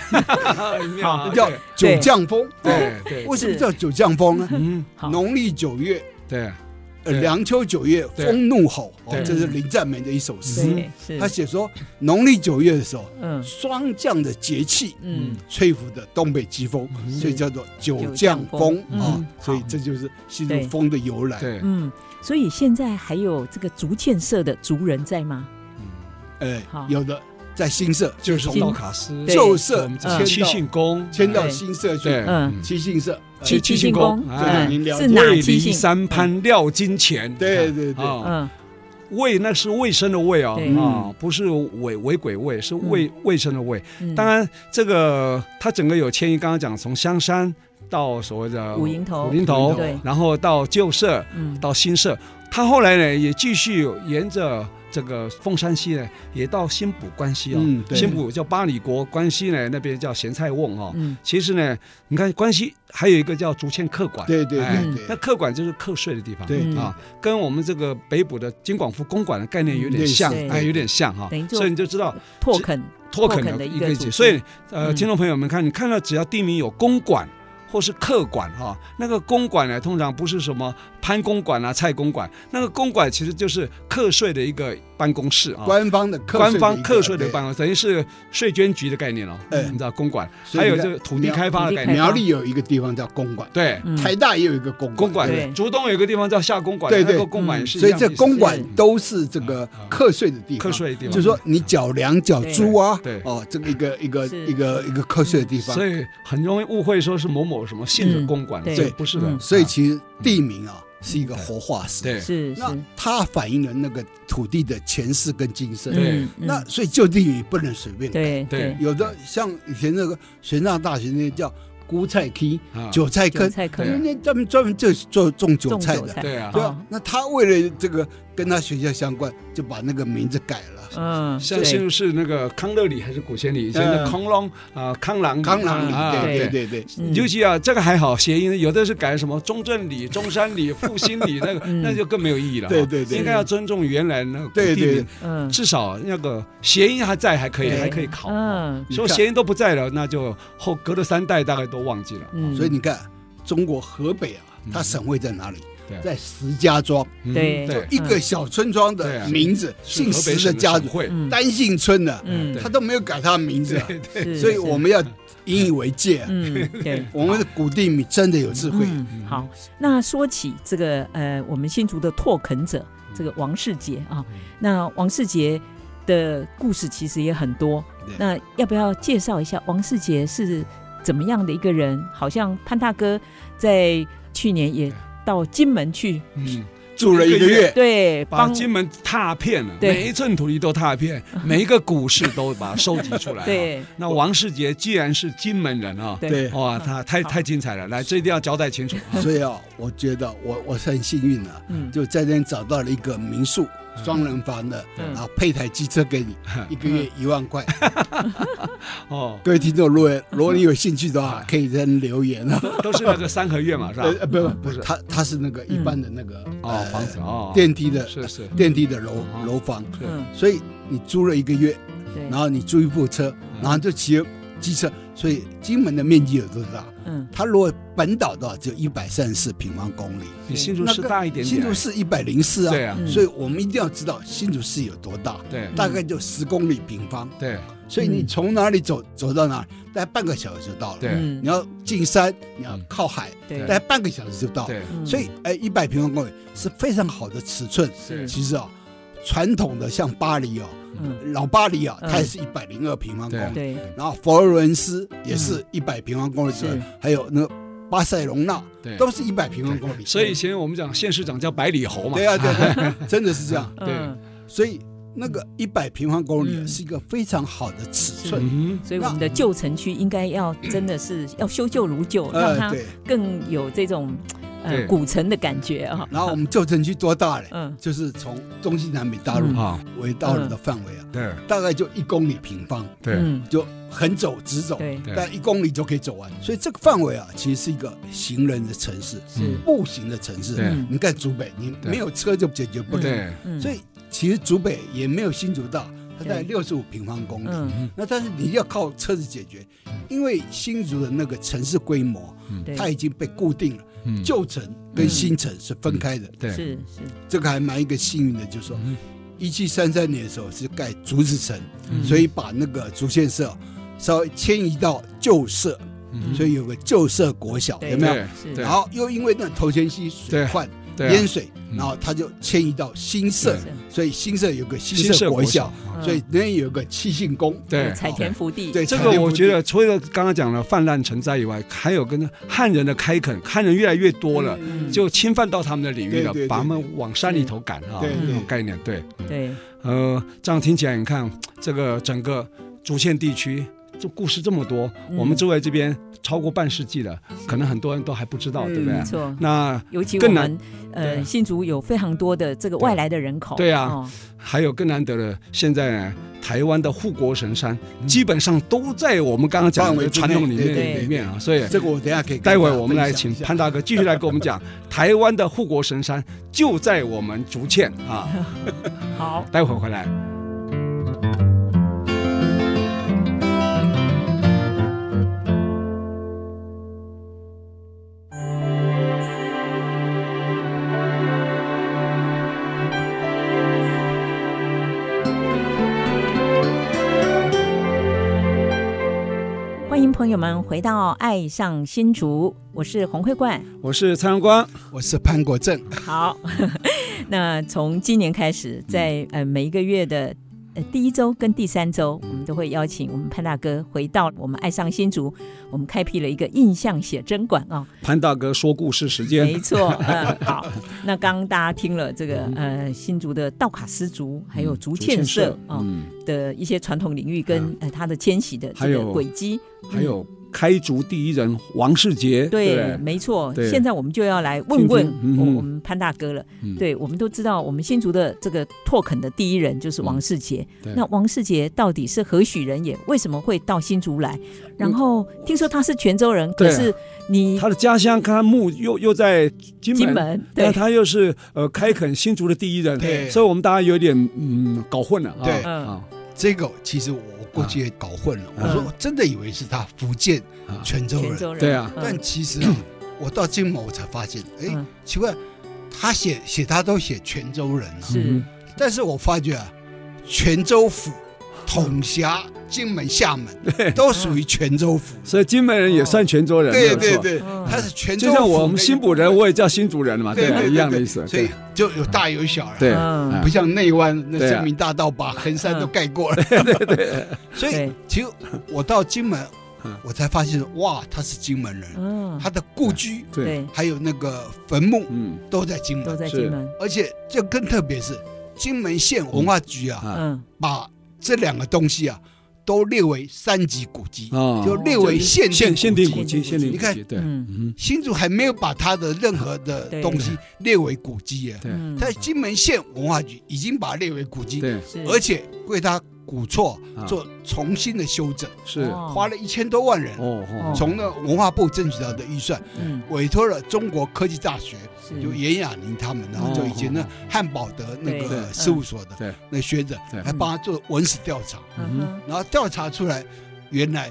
[SPEAKER 2] 好
[SPEAKER 3] 叫九降风。哦
[SPEAKER 2] 对对，
[SPEAKER 3] 为什么
[SPEAKER 1] 是
[SPEAKER 3] 叫九降风呢？
[SPEAKER 2] 嗯，
[SPEAKER 1] 好
[SPEAKER 3] 农历九月，
[SPEAKER 2] 对，
[SPEAKER 3] 呃，
[SPEAKER 2] 对
[SPEAKER 3] 凉秋九月，
[SPEAKER 2] 对
[SPEAKER 3] 风怒吼，哦
[SPEAKER 2] 对，
[SPEAKER 3] 这是林占梅的一首诗。
[SPEAKER 1] 对，是
[SPEAKER 3] 他，写说，农历九月的时候，
[SPEAKER 1] 嗯
[SPEAKER 3] 霜降的节气
[SPEAKER 1] 嗯，
[SPEAKER 3] 吹拂的东北季风，
[SPEAKER 2] 嗯
[SPEAKER 3] 所以叫做九
[SPEAKER 1] 九
[SPEAKER 3] 降
[SPEAKER 1] 降
[SPEAKER 3] 风
[SPEAKER 1] 风
[SPEAKER 3] 啊
[SPEAKER 1] 嗯。
[SPEAKER 3] 所以
[SPEAKER 2] 好
[SPEAKER 3] 这就是西
[SPEAKER 1] 对
[SPEAKER 3] 竹风的由来。
[SPEAKER 2] 对，
[SPEAKER 1] 嗯，所以现在还有这个竹建社的族人在吗？
[SPEAKER 3] 哎
[SPEAKER 1] 好，
[SPEAKER 3] 有的在新社，
[SPEAKER 2] 就是
[SPEAKER 3] 从
[SPEAKER 2] 从道卡斯，
[SPEAKER 1] 对
[SPEAKER 3] 旧
[SPEAKER 2] 我
[SPEAKER 3] 社
[SPEAKER 2] 们
[SPEAKER 3] 迁
[SPEAKER 2] 这七
[SPEAKER 3] 到
[SPEAKER 2] 信宫，
[SPEAKER 3] 迁到
[SPEAKER 1] 对
[SPEAKER 3] 新社去，
[SPEAKER 2] 对，
[SPEAKER 1] 嗯
[SPEAKER 3] 嗯七信社，呃
[SPEAKER 2] 七
[SPEAKER 1] 七
[SPEAKER 2] 七星
[SPEAKER 1] 宫
[SPEAKER 2] 宫，
[SPEAKER 3] 哎
[SPEAKER 1] 嗯，
[SPEAKER 3] 您了解
[SPEAKER 1] 是哪
[SPEAKER 2] 为
[SPEAKER 1] 七
[SPEAKER 2] 离
[SPEAKER 1] 姓？
[SPEAKER 2] 三潘料金钱，
[SPEAKER 3] 对对对
[SPEAKER 2] 啊，
[SPEAKER 1] 嗯，
[SPEAKER 2] 卫那是卫生的卫哦
[SPEAKER 1] 对，
[SPEAKER 3] 嗯
[SPEAKER 2] 啊，不是伪伪鬼卫，是卫卫生的卫。
[SPEAKER 1] 嗯
[SPEAKER 2] 当然，这个它整个有迁移，刚刚讲从香山到所谓的
[SPEAKER 1] 五营头
[SPEAKER 2] 五营头
[SPEAKER 1] 对，
[SPEAKER 2] 然后到旧社，
[SPEAKER 1] 嗯，
[SPEAKER 2] 到新社，它后来呢也继续沿着这个凤山西呢，也到新浦关西哦，
[SPEAKER 3] 嗯对
[SPEAKER 2] 新浦叫巴里国，关西呢那边叫咸菜瓮哦。
[SPEAKER 1] 嗯，
[SPEAKER 2] 其实呢，你看关西还有一个叫竹堑客馆，
[SPEAKER 3] 对对
[SPEAKER 2] 哎
[SPEAKER 3] 对
[SPEAKER 2] 那
[SPEAKER 3] 对
[SPEAKER 2] 客馆就是课税的地方，
[SPEAKER 3] 对
[SPEAKER 1] 嗯
[SPEAKER 2] 啊，跟我们这个北埔的金广福公馆的概念有点像
[SPEAKER 1] 嗯类，似
[SPEAKER 2] 哎，有点像哈
[SPEAKER 1] 等于，就
[SPEAKER 2] 所以你就知道
[SPEAKER 1] 拓垦，
[SPEAKER 2] 拓
[SPEAKER 1] 拓
[SPEAKER 2] 垦
[SPEAKER 1] 垦的
[SPEAKER 2] 的
[SPEAKER 1] 一
[SPEAKER 2] 一
[SPEAKER 1] 个
[SPEAKER 2] 个
[SPEAKER 1] 组
[SPEAKER 2] 解。
[SPEAKER 1] 织
[SPEAKER 2] 所以呃，
[SPEAKER 1] 嗯
[SPEAKER 2] 听众朋友们看，你看到只要地名有公馆。或是客馆哈、那个公馆呢，通常不是什么潘公馆啊、蔡公馆，那个公馆其实就是课税的一个办公室啊，
[SPEAKER 3] 官方的课税
[SPEAKER 2] 官
[SPEAKER 3] 的
[SPEAKER 2] 方
[SPEAKER 3] 一个
[SPEAKER 2] 课税的
[SPEAKER 3] 对
[SPEAKER 2] 办公室，等于是税捐局的概念哦，
[SPEAKER 3] 哎
[SPEAKER 2] 你知道公馆，
[SPEAKER 3] 所以
[SPEAKER 2] 还有
[SPEAKER 3] 你
[SPEAKER 2] 这
[SPEAKER 3] 看
[SPEAKER 2] 个土地开发的概
[SPEAKER 1] 苗
[SPEAKER 2] 念，
[SPEAKER 3] 苗栗有一个地方叫公馆，
[SPEAKER 2] 对，
[SPEAKER 1] 嗯
[SPEAKER 3] 台大也有一个公
[SPEAKER 2] 公馆
[SPEAKER 3] 馆
[SPEAKER 1] 对，
[SPEAKER 2] 竹东有个地方叫下公馆，
[SPEAKER 3] 对
[SPEAKER 2] 那个
[SPEAKER 3] 对
[SPEAKER 2] 公馆也是一
[SPEAKER 3] 所以
[SPEAKER 2] 样的
[SPEAKER 3] 这
[SPEAKER 2] 意思
[SPEAKER 3] 公馆
[SPEAKER 1] 是
[SPEAKER 3] 都是这个
[SPEAKER 2] 啊啊
[SPEAKER 3] 课税的地方，
[SPEAKER 2] 课税的地方，
[SPEAKER 3] 就是说你缴粮缴租啊，
[SPEAKER 2] 对对
[SPEAKER 3] 哦，这个一个一个
[SPEAKER 1] 是
[SPEAKER 3] 一个一个课税的地方，
[SPEAKER 2] 所以很容易误会说是某某什么姓的公馆，
[SPEAKER 1] 嗯
[SPEAKER 2] 这
[SPEAKER 3] 对
[SPEAKER 2] 不是的啊
[SPEAKER 1] 嗯，
[SPEAKER 3] 所以其实地名啊是一个活化石，
[SPEAKER 2] 嗯对
[SPEAKER 1] 是
[SPEAKER 3] 那
[SPEAKER 1] 是，
[SPEAKER 3] 它反映了那个土地的前世跟今生，
[SPEAKER 2] 对
[SPEAKER 1] 嗯，嗯
[SPEAKER 3] 那所以就地也不能随便改，
[SPEAKER 1] 对
[SPEAKER 2] 对
[SPEAKER 3] 有的像以前那个玄奘大学那叫菇菜坑、
[SPEAKER 2] 啊
[SPEAKER 3] 韭菜
[SPEAKER 1] 韭
[SPEAKER 3] 坑，
[SPEAKER 1] 菜
[SPEAKER 3] 可
[SPEAKER 2] 对
[SPEAKER 3] 是
[SPEAKER 1] 坑，
[SPEAKER 3] 那专门专门就是做种韭
[SPEAKER 1] 种
[SPEAKER 3] 菜
[SPEAKER 1] 韭
[SPEAKER 3] 的，
[SPEAKER 1] 菜，
[SPEAKER 2] 对啊
[SPEAKER 3] 对
[SPEAKER 1] 哦
[SPEAKER 3] 啊，那他为了这个跟他学校相关，就把那个名字改了。
[SPEAKER 1] 嗯，
[SPEAKER 2] 像新
[SPEAKER 1] 对
[SPEAKER 2] 竹市那个康乐里还是古仙里，以前的
[SPEAKER 3] 嗯
[SPEAKER 2] 康隆啊、康朗
[SPEAKER 3] 康朗
[SPEAKER 2] 啊
[SPEAKER 3] 里，对
[SPEAKER 2] 对。
[SPEAKER 3] 对对对，
[SPEAKER 1] 嗯
[SPEAKER 2] 尤其啊，这个还好，谐音有的是改什么中正里、中山里、复兴里， 那个
[SPEAKER 1] 嗯
[SPEAKER 2] 那就更没有意义了啊。
[SPEAKER 3] 对对对
[SPEAKER 2] 应该要尊重原来那个古
[SPEAKER 3] 对
[SPEAKER 2] 地
[SPEAKER 3] 对
[SPEAKER 2] 名，
[SPEAKER 1] 嗯
[SPEAKER 2] 至少那个谐音还在，还可以，
[SPEAKER 1] 对
[SPEAKER 2] 还可以考。
[SPEAKER 1] 嗯
[SPEAKER 2] 说谐音都不在了，那就后隔了三代大概都忘记了。
[SPEAKER 1] 嗯，
[SPEAKER 3] 所以你看，中国河北啊，它省会在哪里
[SPEAKER 2] 嗯对？
[SPEAKER 3] 在石家庄，
[SPEAKER 2] 嗯
[SPEAKER 1] 对
[SPEAKER 2] 对，啊
[SPEAKER 3] 一个小村庄的名字，
[SPEAKER 2] 是
[SPEAKER 3] 姓
[SPEAKER 2] 河北
[SPEAKER 3] 石
[SPEAKER 2] 省
[SPEAKER 3] 的家
[SPEAKER 2] 省
[SPEAKER 3] 族，
[SPEAKER 2] 会，
[SPEAKER 1] 嗯
[SPEAKER 3] 单姓村的，
[SPEAKER 1] 嗯
[SPEAKER 3] 他都没有改他的名字啊，
[SPEAKER 1] 是
[SPEAKER 3] 所以我们要
[SPEAKER 2] 是
[SPEAKER 3] 引以为戒啊。
[SPEAKER 1] 嗯对。
[SPEAKER 3] 我们的古地名真的有智慧，
[SPEAKER 1] 嗯，好，那说起这个呃，我们新竹的拓垦者，这个王世杰啊，那王世杰的故事其实也很多
[SPEAKER 3] 对。
[SPEAKER 1] 那要不要介绍一下王世杰是怎么样的一个人？好像潘大哥在去年也到金门去，
[SPEAKER 2] 嗯，
[SPEAKER 3] 住了一个月，
[SPEAKER 1] 对，
[SPEAKER 2] 把
[SPEAKER 1] 帮
[SPEAKER 2] 金门踏遍了，
[SPEAKER 1] 对
[SPEAKER 2] 每一寸土地都踏遍，
[SPEAKER 3] 嗯
[SPEAKER 2] 每一个股市都把它收集出来、 啊。
[SPEAKER 1] 对
[SPEAKER 2] 那王世杰既然是金门人啊，
[SPEAKER 1] 对
[SPEAKER 3] 对，
[SPEAKER 2] 哇，他太太精彩了，来，这一定要交代清楚啊。
[SPEAKER 3] 所以啊，我觉得我我是很幸运的、啊
[SPEAKER 1] 嗯
[SPEAKER 3] 就在那边找到了一个民宿，双人房的，
[SPEAKER 1] 嗯
[SPEAKER 3] 然后配台机车给你，
[SPEAKER 2] 嗯
[SPEAKER 3] 一个月一万块。
[SPEAKER 2] 哦，
[SPEAKER 3] 各位听众，如果如果你有兴趣的
[SPEAKER 2] 啊
[SPEAKER 3] 话，可以在留言 啊。
[SPEAKER 2] 都是那个三合院嘛，啊是吧？
[SPEAKER 3] 呃，不不是，他他是那个一般的那个呃
[SPEAKER 2] 哦，房子哦，
[SPEAKER 3] 电梯的
[SPEAKER 2] 是是
[SPEAKER 3] 电梯的楼
[SPEAKER 2] 哦
[SPEAKER 3] 楼房，
[SPEAKER 2] 是
[SPEAKER 1] 嗯，
[SPEAKER 3] 所以你租了一个月，
[SPEAKER 1] 对，
[SPEAKER 3] 然后你租一部车，然后就骑机车，所以金门的面积有多大？
[SPEAKER 1] 嗯
[SPEAKER 3] 它如果本岛的话，只有一百三十四平方公里，
[SPEAKER 2] 比新竹市大一点点。
[SPEAKER 3] 新竹市一百零四啊，
[SPEAKER 2] 对啊，
[SPEAKER 1] 嗯
[SPEAKER 3] 所以我们一定要知道新竹市有多大，
[SPEAKER 2] 对
[SPEAKER 3] 大概就十公里平方。
[SPEAKER 2] 对
[SPEAKER 3] 所以你从哪里走走到哪里，大概半个小时就到了。
[SPEAKER 2] 对
[SPEAKER 3] 你
[SPEAKER 1] 嗯，
[SPEAKER 3] 要进山，你要靠海，
[SPEAKER 1] 对
[SPEAKER 3] 大概半个小时就到了。
[SPEAKER 2] 对，
[SPEAKER 1] 嗯
[SPEAKER 3] 所以，哎，一百平方公里是非常好的尺寸。
[SPEAKER 2] 是
[SPEAKER 3] 其实啊，传统的像巴黎哦，
[SPEAKER 1] 嗯
[SPEAKER 3] 老巴黎啊，
[SPEAKER 1] 嗯
[SPEAKER 3] 它也是一百零二平方公里。
[SPEAKER 1] 对嗯
[SPEAKER 3] 然后佛罗伦斯也是一百平方公里左右
[SPEAKER 1] 是，
[SPEAKER 3] 还有那个巴塞隆纳
[SPEAKER 2] 对
[SPEAKER 3] 都是一百平方公里。
[SPEAKER 2] 所以以前我们讲县市长叫百里侯嘛，
[SPEAKER 3] 对啊，对啊，对啊真的是这样。
[SPEAKER 2] 对
[SPEAKER 1] 嗯，
[SPEAKER 3] 所以那个一百平方公里啊
[SPEAKER 1] 嗯
[SPEAKER 3] 是一个非常好的尺寸。
[SPEAKER 2] 嗯
[SPEAKER 1] 所以我们的旧城区应该要真的是要修旧如旧，让
[SPEAKER 3] 呃，
[SPEAKER 1] 它
[SPEAKER 3] 对，
[SPEAKER 1] 更有这种呃
[SPEAKER 2] 对
[SPEAKER 1] 古城的感觉啊。
[SPEAKER 3] 然后我们旧城区多大嘞？
[SPEAKER 1] 嗯，
[SPEAKER 3] 就是从中西南北大陆
[SPEAKER 2] 啊，
[SPEAKER 3] 为道路的范围啊，
[SPEAKER 2] 对
[SPEAKER 3] 大概就一公里平方，
[SPEAKER 2] 对
[SPEAKER 1] 嗯，
[SPEAKER 3] 就横走直走，
[SPEAKER 1] 对，
[SPEAKER 2] 对
[SPEAKER 3] 但一公里就可以走完。所以这个范围啊，其实是一个行人的城市，
[SPEAKER 1] 是，
[SPEAKER 3] 步行的城市。
[SPEAKER 2] 对
[SPEAKER 1] 嗯
[SPEAKER 3] 你看竹北，你
[SPEAKER 2] 对
[SPEAKER 3] 没有车就解决不了。
[SPEAKER 2] 对，
[SPEAKER 1] 嗯
[SPEAKER 3] 所以其实竹北也没有新竹大，它在
[SPEAKER 1] 对
[SPEAKER 3] 六十五平方公里。
[SPEAKER 1] 嗯，
[SPEAKER 3] 那但是你要靠车子解决，因为新竹的那个城市规模，
[SPEAKER 1] 对，
[SPEAKER 3] 它已经被固定了，
[SPEAKER 2] 嗯
[SPEAKER 3] 旧城跟新城是分开的。
[SPEAKER 2] 对
[SPEAKER 1] 是是，
[SPEAKER 3] 这个还蛮一个幸运的，就是说
[SPEAKER 2] 嗯，
[SPEAKER 3] 一七三三年的时候是盖竹子城，
[SPEAKER 1] 嗯
[SPEAKER 3] 所以把那个竹县社稍微迁移到旧社，
[SPEAKER 2] 嗯
[SPEAKER 3] 所以有个旧社国小，
[SPEAKER 1] 对
[SPEAKER 3] 有没有？
[SPEAKER 2] 对
[SPEAKER 1] 是
[SPEAKER 2] 对
[SPEAKER 3] 然后又因为那头前溪水患
[SPEAKER 2] 对啊
[SPEAKER 3] 淹水，
[SPEAKER 2] 嗯
[SPEAKER 3] 然后它就迁移到新社
[SPEAKER 1] 对，
[SPEAKER 3] 所以新社有个
[SPEAKER 2] 新
[SPEAKER 3] 新社国小，
[SPEAKER 1] 嗯
[SPEAKER 3] 所以那边有个七信宫，
[SPEAKER 2] 对
[SPEAKER 1] 彩田福地，
[SPEAKER 3] 对
[SPEAKER 2] 这
[SPEAKER 3] 产
[SPEAKER 2] 个
[SPEAKER 3] 业
[SPEAKER 2] 我
[SPEAKER 3] 不
[SPEAKER 2] 觉
[SPEAKER 3] 利
[SPEAKER 2] 得，除了刚刚讲了泛滥成灾以外，还有跟汉人的开垦，汉人越来越多了，
[SPEAKER 1] 嗯
[SPEAKER 2] 就侵犯到他们的领域了
[SPEAKER 3] 对对，对
[SPEAKER 2] 把他们往山里头赶啊，
[SPEAKER 3] 对
[SPEAKER 2] 这
[SPEAKER 3] 对
[SPEAKER 2] 种概念。对，
[SPEAKER 1] 对，
[SPEAKER 2] 呃，这样听起来，你看这个整个竹县地区。这故事这么多，
[SPEAKER 1] 嗯
[SPEAKER 2] 我们住在这边超过半世纪了，可能很多人都还不知道，
[SPEAKER 3] 嗯
[SPEAKER 2] 对不对
[SPEAKER 1] 没？错。
[SPEAKER 2] 那
[SPEAKER 1] 尤其我
[SPEAKER 2] 更难
[SPEAKER 1] 们
[SPEAKER 2] 对
[SPEAKER 1] 呃
[SPEAKER 2] 啊
[SPEAKER 1] 新竹有非常多的这个外来的人口，
[SPEAKER 2] 对啊
[SPEAKER 1] 哦
[SPEAKER 2] 还有更难得的，现在呢台湾的护国神山、基本上都在我们刚刚讲
[SPEAKER 3] 嗯范围
[SPEAKER 2] 的
[SPEAKER 3] 之
[SPEAKER 2] 传统
[SPEAKER 3] 内
[SPEAKER 2] 里
[SPEAKER 3] 对
[SPEAKER 1] 对
[SPEAKER 2] 面里面啊，所以
[SPEAKER 3] 这个我等一下可以跟
[SPEAKER 2] 待会
[SPEAKER 3] 大家
[SPEAKER 2] 我们来
[SPEAKER 3] 分享
[SPEAKER 2] 请
[SPEAKER 3] 一下
[SPEAKER 2] 潘大哥继续来跟我们讲，台湾的护国神山就在我们竹堑啊，
[SPEAKER 1] 好，
[SPEAKER 2] 待会儿回来。
[SPEAKER 1] 欢迎朋友们回到《爱上新竹》，我是洪慧冠。
[SPEAKER 2] 我是蔡阳光，
[SPEAKER 3] 我是潘国正，
[SPEAKER 1] 好， 那从今年开始，在呃每一个月的。呃，第一周跟第三周，我们都会邀请我们潘大哥回到我们爱上新竹，我们开辟了一个印象写真馆啊、
[SPEAKER 2] 潘大哥说故事时
[SPEAKER 1] 没
[SPEAKER 2] 间，
[SPEAKER 1] 错，嗯，好。那刚刚大家听了这个呃新竹的道卡斯族，还有竹堑社啊、哦
[SPEAKER 2] 嗯，
[SPEAKER 1] 的一些传统领域跟呃它的迁徙的这
[SPEAKER 2] 还
[SPEAKER 1] 个
[SPEAKER 2] 有
[SPEAKER 1] 轨迹，
[SPEAKER 2] 还有开竹第一人王世杰，不
[SPEAKER 1] 嗯对，没错。
[SPEAKER 2] 对
[SPEAKER 1] 现在我们就要来问问
[SPEAKER 2] 听听嗯
[SPEAKER 1] 我
[SPEAKER 2] 哼
[SPEAKER 1] 我们潘大哥了。
[SPEAKER 2] 嗯
[SPEAKER 1] 对，我们都知道我们新竹的这个拓垦的第一人就是王世杰。
[SPEAKER 2] 嗯对
[SPEAKER 1] 那王世杰到底是何许人也？为什么会到新竹来？然后听说他是泉州人，可
[SPEAKER 2] 对啊
[SPEAKER 1] 是你
[SPEAKER 2] 他的家乡堪木又又在金
[SPEAKER 1] 金
[SPEAKER 2] 门。
[SPEAKER 1] 门
[SPEAKER 2] 但
[SPEAKER 1] 对
[SPEAKER 2] 他又是呃开垦新竹的第一人，
[SPEAKER 3] 对
[SPEAKER 2] 所以我们大家有点嗯搞混了啊。
[SPEAKER 3] 对
[SPEAKER 2] 啊，
[SPEAKER 3] 这个其实我过去也搞混了，
[SPEAKER 2] 嗯
[SPEAKER 3] 我说我真的以为是他福建
[SPEAKER 2] 啊
[SPEAKER 3] 泉州
[SPEAKER 1] 泉
[SPEAKER 3] 人，
[SPEAKER 1] 州人
[SPEAKER 2] 对啊
[SPEAKER 1] 嗯
[SPEAKER 3] 但 其实啊，我到金门我才发现，哎
[SPEAKER 1] 嗯，
[SPEAKER 3] 奇怪，他写写他都写泉州人啊，
[SPEAKER 1] 是
[SPEAKER 2] 嗯
[SPEAKER 3] 但是我发觉啊，泉州府、统辖、金门、厦门都属于泉州府，
[SPEAKER 2] 所以金门人也算泉州人，没
[SPEAKER 3] 对
[SPEAKER 2] 有
[SPEAKER 3] 对
[SPEAKER 2] 错。
[SPEAKER 3] 对，
[SPEAKER 1] 嗯
[SPEAKER 3] 他是泉州
[SPEAKER 2] 就
[SPEAKER 3] 府，
[SPEAKER 2] 像我们新浦人，我也叫新竹人嘛，
[SPEAKER 3] 对
[SPEAKER 2] 不
[SPEAKER 3] 对
[SPEAKER 2] 一样的意
[SPEAKER 3] 对
[SPEAKER 2] 思。
[SPEAKER 3] 所以就有大有小了，
[SPEAKER 2] 对，
[SPEAKER 1] 嗯
[SPEAKER 3] 不像内湾那
[SPEAKER 2] 对啊
[SPEAKER 3] 森林大道把横山都盖过了， 所以
[SPEAKER 1] 对，
[SPEAKER 3] 其实我到金门
[SPEAKER 2] 嗯，
[SPEAKER 3] 我才发现哇，他是金门人，
[SPEAKER 1] 嗯，
[SPEAKER 3] 他的故居
[SPEAKER 2] 对，
[SPEAKER 1] 对，
[SPEAKER 3] 还有那个坟墓
[SPEAKER 2] 嗯
[SPEAKER 3] 都在金
[SPEAKER 1] 都
[SPEAKER 3] 门，
[SPEAKER 1] 在
[SPEAKER 2] 是
[SPEAKER 1] 金门，
[SPEAKER 3] 而且这更特别是金门县文化局啊，
[SPEAKER 2] 啊
[SPEAKER 1] 嗯，
[SPEAKER 3] 把这两个东西啊都列为三级古迹，
[SPEAKER 2] 啊
[SPEAKER 3] 就列为限定
[SPEAKER 2] 限限定古
[SPEAKER 3] 迹。
[SPEAKER 2] 迹，限定古
[SPEAKER 3] 你看
[SPEAKER 2] 迹，对，
[SPEAKER 1] 嗯
[SPEAKER 2] 嗯，
[SPEAKER 3] 新竹还没有把它的任何的
[SPEAKER 1] 对
[SPEAKER 3] 东西列为古迹耶，
[SPEAKER 2] 对
[SPEAKER 1] 嗯
[SPEAKER 3] 在金门县文化局已经把它列为古迹，
[SPEAKER 2] 对，
[SPEAKER 1] 是
[SPEAKER 3] 而且为它古厝
[SPEAKER 2] 啊
[SPEAKER 3] 做重新的修整，
[SPEAKER 2] 是，哦
[SPEAKER 1] 哦
[SPEAKER 3] 花了一千多万人。
[SPEAKER 2] 哦，
[SPEAKER 3] 从那文化部争取到的预算，
[SPEAKER 1] 嗯
[SPEAKER 3] 委托了中国科技大学，
[SPEAKER 1] 是
[SPEAKER 3] 就严雅玲他们，然后就以前那汉堡德那
[SPEAKER 1] 对
[SPEAKER 3] 个
[SPEAKER 2] 哦对
[SPEAKER 3] 事务所的
[SPEAKER 2] 对
[SPEAKER 3] 那学者，
[SPEAKER 2] 对
[SPEAKER 3] 还帮他做文史调查。
[SPEAKER 1] 嗯哼
[SPEAKER 3] 然后调查出来，原来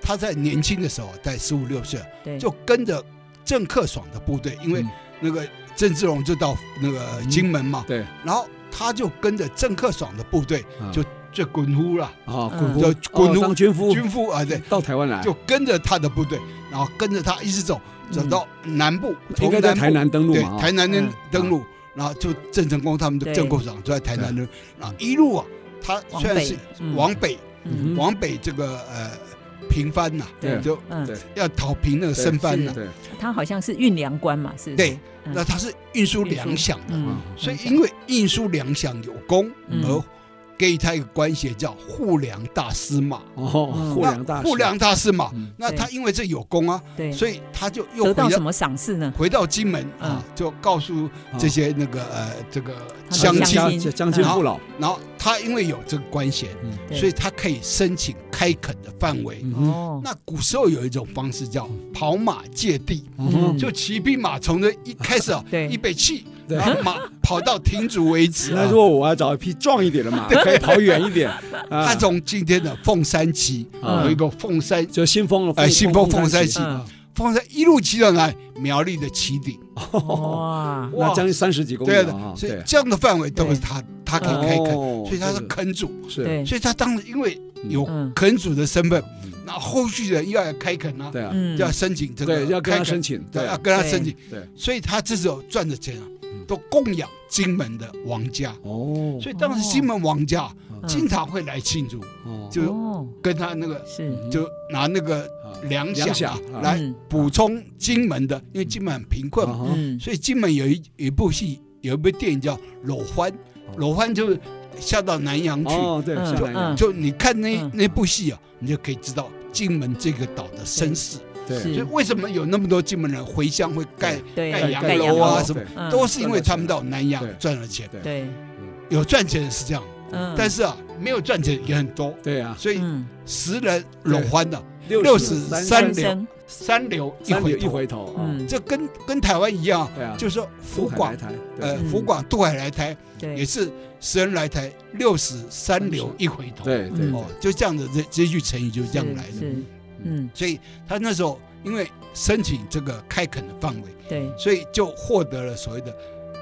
[SPEAKER 3] 他在年轻的时候，在十五六岁
[SPEAKER 1] 对，
[SPEAKER 3] 就跟着郑克爽的部队，因为
[SPEAKER 2] 嗯
[SPEAKER 3] 那个郑芝龙就到那个金门嘛，
[SPEAKER 2] 对，
[SPEAKER 3] 然后他就跟着郑克爽的部队
[SPEAKER 2] 啊
[SPEAKER 3] 就就滚呼了，
[SPEAKER 2] 啊，
[SPEAKER 1] 嗯
[SPEAKER 2] 滚夫
[SPEAKER 3] 就，滚
[SPEAKER 2] 哦
[SPEAKER 3] 夫
[SPEAKER 2] 当军夫，
[SPEAKER 3] 军夫啊，对，
[SPEAKER 2] 到台湾来，
[SPEAKER 3] 就跟着他的部队，然后跟着他一直走，走到南部，
[SPEAKER 2] 应
[SPEAKER 3] 从
[SPEAKER 2] 该在
[SPEAKER 3] 部
[SPEAKER 2] 台南登陆
[SPEAKER 3] 对
[SPEAKER 2] 嘛，啊
[SPEAKER 3] 台南登
[SPEAKER 1] 嗯
[SPEAKER 3] 登陆，然后就郑成功他们的
[SPEAKER 1] 对
[SPEAKER 3] 郑克爽就在台南登陆，然后一路啊，他
[SPEAKER 1] 往
[SPEAKER 3] 虽然
[SPEAKER 1] 北
[SPEAKER 3] 是
[SPEAKER 1] 嗯
[SPEAKER 3] 往北。
[SPEAKER 2] 嗯
[SPEAKER 3] 往北这个呃平番呐、
[SPEAKER 2] 对
[SPEAKER 3] 就
[SPEAKER 1] 嗯，
[SPEAKER 3] 要讨平那个生番呐、
[SPEAKER 1] 是
[SPEAKER 2] 哦对，
[SPEAKER 1] 他好像是运粮官嘛，是不是
[SPEAKER 3] 对，
[SPEAKER 1] 嗯
[SPEAKER 3] 那它是运输粮饷的，
[SPEAKER 1] 嗯，
[SPEAKER 3] 所以
[SPEAKER 1] 粮饷
[SPEAKER 3] 因为运输粮饷有功，
[SPEAKER 1] 嗯
[SPEAKER 3] 而给他一个官衔叫护粮大司马。
[SPEAKER 2] 哦，护粮大
[SPEAKER 3] 嗯
[SPEAKER 1] 啊
[SPEAKER 3] 那
[SPEAKER 2] 师，
[SPEAKER 3] 护粮大司马
[SPEAKER 2] 嗯，
[SPEAKER 3] 那他因为这有功啊，
[SPEAKER 1] 对，
[SPEAKER 3] 所以他就又
[SPEAKER 1] 得
[SPEAKER 3] 回
[SPEAKER 1] 到
[SPEAKER 3] 到
[SPEAKER 1] 什么赏赐呢？
[SPEAKER 3] 回到金门啊，就告诉这些那个呃这个
[SPEAKER 1] 他的
[SPEAKER 3] 乡
[SPEAKER 1] 乡
[SPEAKER 3] 亲，
[SPEAKER 1] 亲
[SPEAKER 2] 亲乡亲父老，
[SPEAKER 3] 然后他因为有这个官衔，
[SPEAKER 2] 嗯
[SPEAKER 1] 对
[SPEAKER 3] 所以他可以申请开垦的范围。
[SPEAKER 2] 嗯哼
[SPEAKER 1] 哦，，
[SPEAKER 3] 那古时候有一种方式叫跑马借地，
[SPEAKER 2] 嗯哼，
[SPEAKER 3] 就骑兵马从这一开始啊
[SPEAKER 1] 对
[SPEAKER 3] 一北气，
[SPEAKER 2] 对
[SPEAKER 3] 然后马 跑到停足为止
[SPEAKER 2] 那
[SPEAKER 3] 啊
[SPEAKER 2] 如。果我要找一匹壮一点的马，可以跑远一 点，啊
[SPEAKER 3] 他，从今天的凤山骑
[SPEAKER 2] 嗯
[SPEAKER 3] 有一个凤山，
[SPEAKER 2] 就新丰了，
[SPEAKER 3] 哎新丰凤山
[SPEAKER 2] 旗
[SPEAKER 3] 旗
[SPEAKER 1] 嗯
[SPEAKER 3] 凤山一路骑到哪里？苗栗的旗顶，
[SPEAKER 1] 哇，
[SPEAKER 2] 那将近三十几公里
[SPEAKER 3] 对
[SPEAKER 2] 啊
[SPEAKER 3] 的，，所以
[SPEAKER 2] 对，
[SPEAKER 3] 这样的范围都是他他可以开垦，
[SPEAKER 2] 哦
[SPEAKER 3] 所以他是
[SPEAKER 2] 这个
[SPEAKER 3] 垦主，
[SPEAKER 2] 是
[SPEAKER 1] 对，
[SPEAKER 3] 所以他当时因为有
[SPEAKER 1] 嗯
[SPEAKER 3] 垦主的身份
[SPEAKER 2] 嗯，
[SPEAKER 3] 那后续人要来开垦啊，
[SPEAKER 2] 对啊，
[SPEAKER 1] 嗯
[SPEAKER 3] 就要申请这个
[SPEAKER 2] 对，要跟
[SPEAKER 3] 开
[SPEAKER 2] 他
[SPEAKER 3] 垦
[SPEAKER 2] 申请，
[SPEAKER 3] 对，要
[SPEAKER 2] 啊，
[SPEAKER 3] 跟他
[SPEAKER 1] 对
[SPEAKER 3] 申请，
[SPEAKER 2] 对，
[SPEAKER 3] 所以他这时候赚的钱啊
[SPEAKER 2] 嗯，
[SPEAKER 3] 都供养金门的王家，
[SPEAKER 2] 哦，
[SPEAKER 3] 所以当时金门王家啊
[SPEAKER 2] 哦
[SPEAKER 3] 经常会来庆祝，
[SPEAKER 2] 哦
[SPEAKER 3] 就
[SPEAKER 1] 哦，
[SPEAKER 3] 跟他那个
[SPEAKER 1] 是，
[SPEAKER 3] 就拿那个
[SPEAKER 2] 啊
[SPEAKER 3] 粮
[SPEAKER 2] 粮
[SPEAKER 3] 饷
[SPEAKER 2] 饷啊
[SPEAKER 3] 啊来
[SPEAKER 1] 嗯
[SPEAKER 3] 补充金门的，因为金门很贫困嘛，
[SPEAKER 2] 啊哈
[SPEAKER 1] 嗯，
[SPEAKER 3] 所以金门有一有一部戏，有一部电影叫《裸欢》，裸欢就是下到南洋去，
[SPEAKER 2] 哦，对，
[SPEAKER 1] 嗯
[SPEAKER 2] 下南洋
[SPEAKER 1] 嗯，
[SPEAKER 3] 就你看那
[SPEAKER 1] 嗯
[SPEAKER 3] 那部戏啊，你就可以知道金门这个岛的身世，
[SPEAKER 1] 是
[SPEAKER 2] 对，
[SPEAKER 3] 所以为什么有那么多金门人回乡会盖
[SPEAKER 1] 对
[SPEAKER 3] 盖
[SPEAKER 2] 洋
[SPEAKER 3] 洋
[SPEAKER 2] 楼
[SPEAKER 3] 楼啊
[SPEAKER 2] 对
[SPEAKER 3] 什么，
[SPEAKER 1] 嗯
[SPEAKER 3] 都是因为他们到南
[SPEAKER 2] 对
[SPEAKER 3] 洋赚了钱，
[SPEAKER 2] 对
[SPEAKER 1] 对，
[SPEAKER 3] 有赚钱的是这样，
[SPEAKER 1] 嗯，
[SPEAKER 3] 但是啊，没有赚钱也很多，
[SPEAKER 2] 对啊，
[SPEAKER 3] 所以
[SPEAKER 1] 嗯，
[SPEAKER 3] 十人裸欢的
[SPEAKER 2] 六
[SPEAKER 3] 三
[SPEAKER 1] 三
[SPEAKER 3] 流
[SPEAKER 1] 生，
[SPEAKER 3] 三流一
[SPEAKER 2] 三
[SPEAKER 3] 回
[SPEAKER 2] 流一
[SPEAKER 3] 头，
[SPEAKER 2] 回头，啊
[SPEAKER 1] 嗯，
[SPEAKER 3] 这跟跟台湾一样啊，
[SPEAKER 2] 对啊，
[SPEAKER 3] 就是说
[SPEAKER 2] 渡
[SPEAKER 3] 福
[SPEAKER 2] 海
[SPEAKER 3] 广
[SPEAKER 2] 来台，对
[SPEAKER 3] 呃
[SPEAKER 1] 嗯
[SPEAKER 3] 福广渡海来台也
[SPEAKER 1] 对，
[SPEAKER 3] 是十人来台六十三流一回头，
[SPEAKER 2] 对对
[SPEAKER 1] 嗯
[SPEAKER 3] 哦，就这样的这这句成语就是这样来的，
[SPEAKER 1] 是，是嗯，
[SPEAKER 3] 所以他那时候因为申请这个开垦的范围。
[SPEAKER 1] 对，
[SPEAKER 3] 所以就获得了所谓的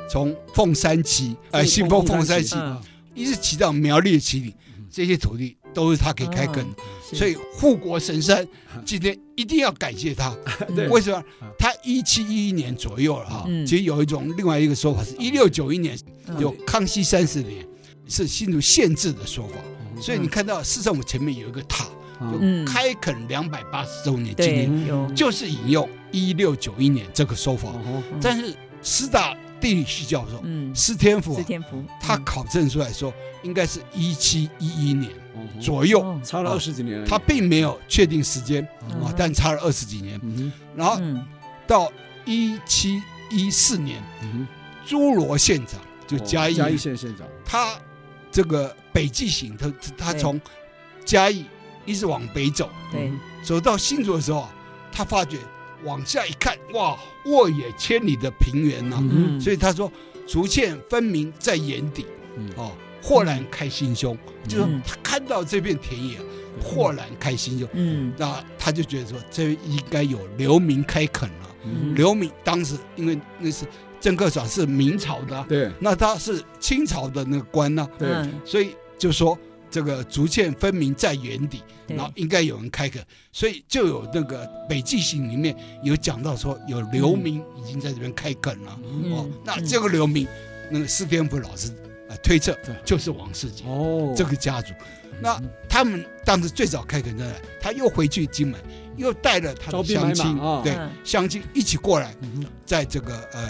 [SPEAKER 3] 从凤山旗，呃，
[SPEAKER 2] 凤
[SPEAKER 3] 信丰
[SPEAKER 2] 凤
[SPEAKER 3] 凤
[SPEAKER 2] 山
[SPEAKER 3] 山
[SPEAKER 2] 旗
[SPEAKER 3] 旗，
[SPEAKER 1] 嗯，
[SPEAKER 3] 一直骑到苗栗的旗岭，这些土地都是他给开垦的。
[SPEAKER 1] 哦啊是嗯
[SPEAKER 3] 所以护国神山今天一定要感谢他，
[SPEAKER 2] 对
[SPEAKER 3] 为什么
[SPEAKER 2] 啊？
[SPEAKER 3] 他一七一一年左右了哈，
[SPEAKER 1] 嗯
[SPEAKER 3] 其实有一种另外一个说法是，一六九一年
[SPEAKER 1] 嗯
[SPEAKER 3] 有康熙三十年，是新竹县治的说法。所以你看到市政府前面有一个塔，
[SPEAKER 2] 嗯
[SPEAKER 1] 嗯，
[SPEAKER 3] 开垦两百八十周年纪
[SPEAKER 1] 对
[SPEAKER 3] 念，
[SPEAKER 1] 有，
[SPEAKER 3] 就是引用一六九一年这个说法。
[SPEAKER 2] 哦
[SPEAKER 1] 嗯
[SPEAKER 3] 但是师大地理系教授
[SPEAKER 1] 嗯，
[SPEAKER 3] 施天福
[SPEAKER 1] 是
[SPEAKER 3] 啊，
[SPEAKER 1] 天福，
[SPEAKER 3] 他
[SPEAKER 1] 嗯
[SPEAKER 3] 考证出来说，应该是一七一一年
[SPEAKER 2] 哦
[SPEAKER 3] 左右，
[SPEAKER 1] 哦
[SPEAKER 2] 差了二十几年了，
[SPEAKER 3] 啊他并没有确定时间
[SPEAKER 1] 嗯
[SPEAKER 3] 啊，但差了二十几年。
[SPEAKER 2] 嗯
[SPEAKER 3] 然后
[SPEAKER 1] 嗯，
[SPEAKER 3] 到一七一四年，
[SPEAKER 2] 哼嗯
[SPEAKER 3] 诸罗县长就
[SPEAKER 2] 哼，
[SPEAKER 3] 嘉义，
[SPEAKER 2] 哦嘉义县县长，
[SPEAKER 3] 他这个北纪行，他他
[SPEAKER 1] 对
[SPEAKER 3] 从嘉义一直往北走，
[SPEAKER 1] 对，
[SPEAKER 3] 走到新竹的时候啊，他发觉往下一看，哇，沃野千里的平原啊呐、
[SPEAKER 2] 嗯
[SPEAKER 1] 嗯，
[SPEAKER 3] 所以他说竹堑分明在眼底，
[SPEAKER 2] 嗯
[SPEAKER 3] 哦，豁然开心胸，就是
[SPEAKER 1] 嗯
[SPEAKER 3] 他看到这片田野，豁然开心胸，
[SPEAKER 1] 嗯，
[SPEAKER 3] 那他就觉得说这应该有流民开垦了。
[SPEAKER 1] 嗯
[SPEAKER 3] 流民当时因为那是郑克爽是明朝的啊，
[SPEAKER 2] 对
[SPEAKER 3] 那他是清朝的那个官呢、
[SPEAKER 2] 对
[SPEAKER 1] 嗯
[SPEAKER 3] 所以就说。这个竹堑分明在眼底，
[SPEAKER 1] 对
[SPEAKER 3] 然后应该有人开垦，所以就有那个《北纪行》里面有讲到说有流民已经在这边开垦了，哦
[SPEAKER 1] 嗯，
[SPEAKER 3] 那
[SPEAKER 1] 嗯
[SPEAKER 3] 这个流民，那个施天福老师呃推测
[SPEAKER 2] 对
[SPEAKER 3] 就是王世杰
[SPEAKER 2] 哦嗯
[SPEAKER 3] 这个家族。那他们当时最早开垦在哪？他又回去金门，又带了他
[SPEAKER 2] 招
[SPEAKER 3] 的
[SPEAKER 2] 兵买马
[SPEAKER 3] 乡亲
[SPEAKER 2] 啊，
[SPEAKER 3] 对
[SPEAKER 1] 嗯
[SPEAKER 3] 乡亲一起过来，在这个呃，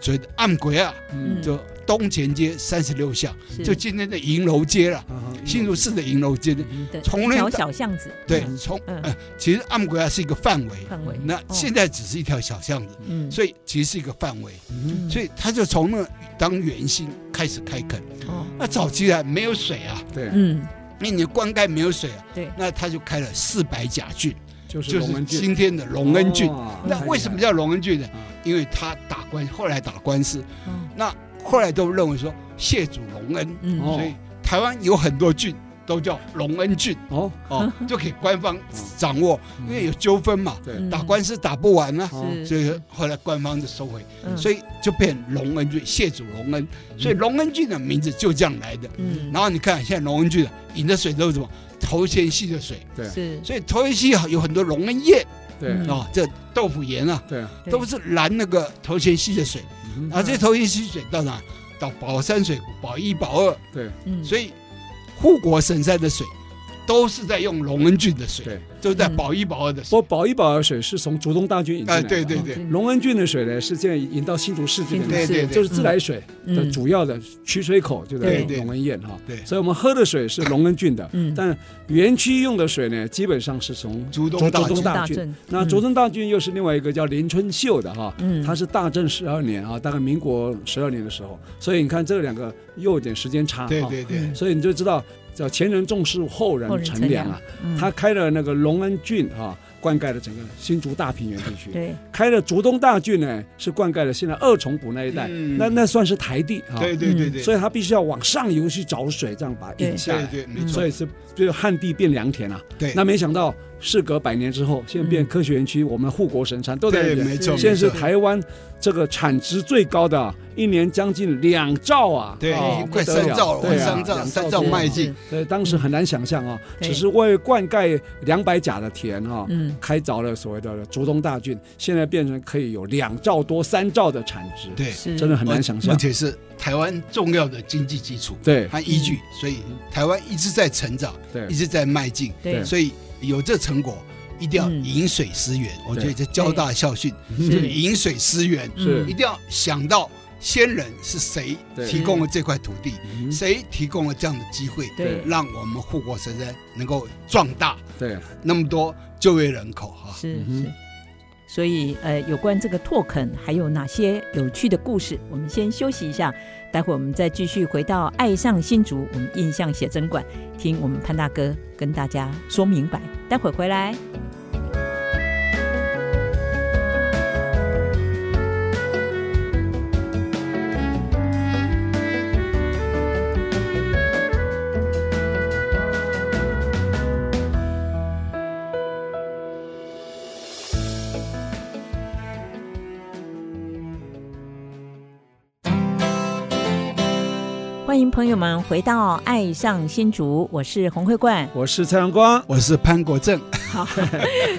[SPEAKER 3] 所谓的暗鬼啊，
[SPEAKER 2] 嗯
[SPEAKER 1] 嗯
[SPEAKER 3] 就东前街三十六巷，
[SPEAKER 1] 是
[SPEAKER 3] 就今天的银楼街了，
[SPEAKER 2] 啊哈嗯
[SPEAKER 3] 新竹市的银楼街。
[SPEAKER 1] 对
[SPEAKER 3] 从
[SPEAKER 1] 一
[SPEAKER 3] 那
[SPEAKER 1] 条
[SPEAKER 3] 个
[SPEAKER 1] 小巷子，
[SPEAKER 3] 对
[SPEAKER 1] 嗯，
[SPEAKER 3] 从
[SPEAKER 1] 嗯
[SPEAKER 3] 呃，其实暗鬼啊是一个范围，
[SPEAKER 1] 范围，哦
[SPEAKER 3] 那现在只是一条小巷子，
[SPEAKER 1] 嗯，
[SPEAKER 3] 所以其实是一个范围。
[SPEAKER 2] 嗯
[SPEAKER 3] 所以他就从那当圆心开始开垦。
[SPEAKER 1] 以哦，
[SPEAKER 3] 那早期啊没有水啊，
[SPEAKER 2] 对，
[SPEAKER 1] 嗯，
[SPEAKER 3] 因为你的灌溉没有水啊，
[SPEAKER 1] 对，
[SPEAKER 3] 那他就开了四百甲郡，
[SPEAKER 2] 就是
[SPEAKER 3] 就
[SPEAKER 2] 龙哦
[SPEAKER 3] 是
[SPEAKER 2] 恩郡，
[SPEAKER 3] 今天的龙恩郡。
[SPEAKER 2] 哇
[SPEAKER 3] 那为什么？叫龙恩郡呢
[SPEAKER 2] 啊？
[SPEAKER 3] 因为他打官，后来打官司，
[SPEAKER 1] 哦
[SPEAKER 3] 那后来都认为说谢主隆恩，
[SPEAKER 1] 嗯
[SPEAKER 2] 哦
[SPEAKER 3] 所以台湾有很多郡都叫隆 恩郡
[SPEAKER 2] 哦，
[SPEAKER 3] 哦，就给官方掌握，
[SPEAKER 2] 嗯
[SPEAKER 3] 因为有纠纷嘛，
[SPEAKER 2] 对
[SPEAKER 1] 嗯
[SPEAKER 3] 打官司打不完啊，
[SPEAKER 2] 哦
[SPEAKER 1] 是，
[SPEAKER 3] 所以后来官方就收回。
[SPEAKER 1] 嗯
[SPEAKER 3] 所以就变隆恩郡，谢主隆恩，所以隆恩郡的名字就这样来的。
[SPEAKER 1] 嗯，
[SPEAKER 3] 然后你看现在隆恩郡引的水都是什么？头前溪的水，
[SPEAKER 1] 是
[SPEAKER 3] 所以头前溪有很多隆恩叶
[SPEAKER 2] 对
[SPEAKER 1] 嗯
[SPEAKER 3] 啊，这豆腐盐啊，
[SPEAKER 2] 对，
[SPEAKER 1] 对
[SPEAKER 3] 都是拦那个头前溪的水。
[SPEAKER 2] 嗯
[SPEAKER 3] 然后这头前溪水到哪？到宝山水库、宝一、宝二，
[SPEAKER 2] 对，
[SPEAKER 1] 嗯
[SPEAKER 3] 所以护国神山的水都是在用龙恩郡的水，
[SPEAKER 2] 对，
[SPEAKER 3] 都在
[SPEAKER 1] 嗯
[SPEAKER 3] 保一保二的水。
[SPEAKER 2] 我保一保二水是从竹东大军引进来
[SPEAKER 3] 哎，
[SPEAKER 2] 的啊，
[SPEAKER 3] 对对对，
[SPEAKER 2] 龙恩郡的水呢是现在引到新竹市这边
[SPEAKER 3] 对
[SPEAKER 2] 来，就
[SPEAKER 3] 对对
[SPEAKER 2] 嗯是自来水的主要的取水口就在
[SPEAKER 3] 对对
[SPEAKER 2] 龙恩堰哈，
[SPEAKER 3] 对
[SPEAKER 2] 所以我们喝的水是龙恩郡的，
[SPEAKER 1] 嗯
[SPEAKER 2] 但园区用的水呢基本上是从
[SPEAKER 3] 竹
[SPEAKER 2] 竹
[SPEAKER 3] 东
[SPEAKER 2] 东
[SPEAKER 3] 大
[SPEAKER 2] 大
[SPEAKER 3] 军
[SPEAKER 2] 军
[SPEAKER 1] 镇，
[SPEAKER 2] 那卓登大军又是另外一个叫林春秀的哈，
[SPEAKER 1] 嗯
[SPEAKER 2] 他是大正十二年啊，大概民国十二年的时候，所以你看这两个又有点时间差，
[SPEAKER 3] 对
[SPEAKER 2] 哈，
[SPEAKER 3] 对对
[SPEAKER 1] 嗯，
[SPEAKER 2] 所以你就知道叫前人种树，后
[SPEAKER 1] 后
[SPEAKER 2] 人
[SPEAKER 1] 人
[SPEAKER 2] 乘
[SPEAKER 1] 乘
[SPEAKER 2] 凉啊，
[SPEAKER 1] 嗯
[SPEAKER 2] 他开了那个隆恩郡啊，灌溉了整个新竹大平原地区，
[SPEAKER 1] 对
[SPEAKER 2] 开了竹东大郡呢，是灌溉了现在二重埔那一带，
[SPEAKER 3] 嗯
[SPEAKER 2] 啊那那算是台地啊，
[SPEAKER 3] 对对对对，
[SPEAKER 2] 所以他必须要往上游去找水，这样把它引下
[SPEAKER 3] 对
[SPEAKER 2] 来，
[SPEAKER 3] 对，没错
[SPEAKER 2] 所，以是就是旱地变良田啊。
[SPEAKER 3] 对，
[SPEAKER 2] 那没想到，事隔百年之后，现在变
[SPEAKER 1] 嗯
[SPEAKER 2] 科学园区，我们护国神山都在那
[SPEAKER 3] 对，
[SPEAKER 2] 边。
[SPEAKER 3] 没错，
[SPEAKER 2] 现在是
[SPEAKER 3] 没错
[SPEAKER 2] 台湾这个产值最高的啊，一年将近两兆啊，
[SPEAKER 3] 对
[SPEAKER 2] 哦，
[SPEAKER 3] 快
[SPEAKER 2] 不得
[SPEAKER 3] 三兆了，
[SPEAKER 2] 对
[SPEAKER 3] 快
[SPEAKER 2] 啊
[SPEAKER 3] 三兆，
[SPEAKER 2] 两
[SPEAKER 3] 三
[SPEAKER 2] 兆
[SPEAKER 3] 兆
[SPEAKER 2] 多
[SPEAKER 3] 迈
[SPEAKER 2] 啊
[SPEAKER 3] 进，嗯
[SPEAKER 2] 对，当时很难想象啊，
[SPEAKER 1] 对
[SPEAKER 2] 只是为灌溉两百甲的田啊，
[SPEAKER 1] 嗯
[SPEAKER 2] 开凿了所谓的竹东大郡，现在变成可以有两兆多、三兆的产值，
[SPEAKER 3] 对，嗯
[SPEAKER 1] 是
[SPEAKER 2] 真的很难想象
[SPEAKER 3] 而。且是台湾重要的经济基础
[SPEAKER 2] 对嗯
[SPEAKER 3] 和依据，所以台湾一直在成长，
[SPEAKER 2] 对
[SPEAKER 3] 一直在迈进，
[SPEAKER 1] 对
[SPEAKER 3] 所以有这成果，一定要
[SPEAKER 1] 嗯
[SPEAKER 3] 饮水思源。我觉得这交大校训
[SPEAKER 2] 对
[SPEAKER 3] 就是饮水思源，
[SPEAKER 2] 是
[SPEAKER 3] 一定要想到先人是谁
[SPEAKER 2] 对
[SPEAKER 3] 提供了这块土地，
[SPEAKER 2] 嗯
[SPEAKER 3] 谁提供了这样的机会，
[SPEAKER 1] 对
[SPEAKER 3] 让我们护国神山能够壮大
[SPEAKER 2] 对，
[SPEAKER 3] 那么多就业人口哈。
[SPEAKER 1] 是
[SPEAKER 2] 嗯哼
[SPEAKER 1] 是。所以，呃，有关这个拓垦还有哪些有趣的故事，我们先休息一下，待会我们再继续回到爱上新竹，我们印象写真馆，听我们潘大哥跟大家说明白。待会回来。欢迎朋友们回到《爱上新竹》，我是洪慧冠。
[SPEAKER 2] 我是蔡阳光，
[SPEAKER 3] 我是潘国正，
[SPEAKER 2] 嗯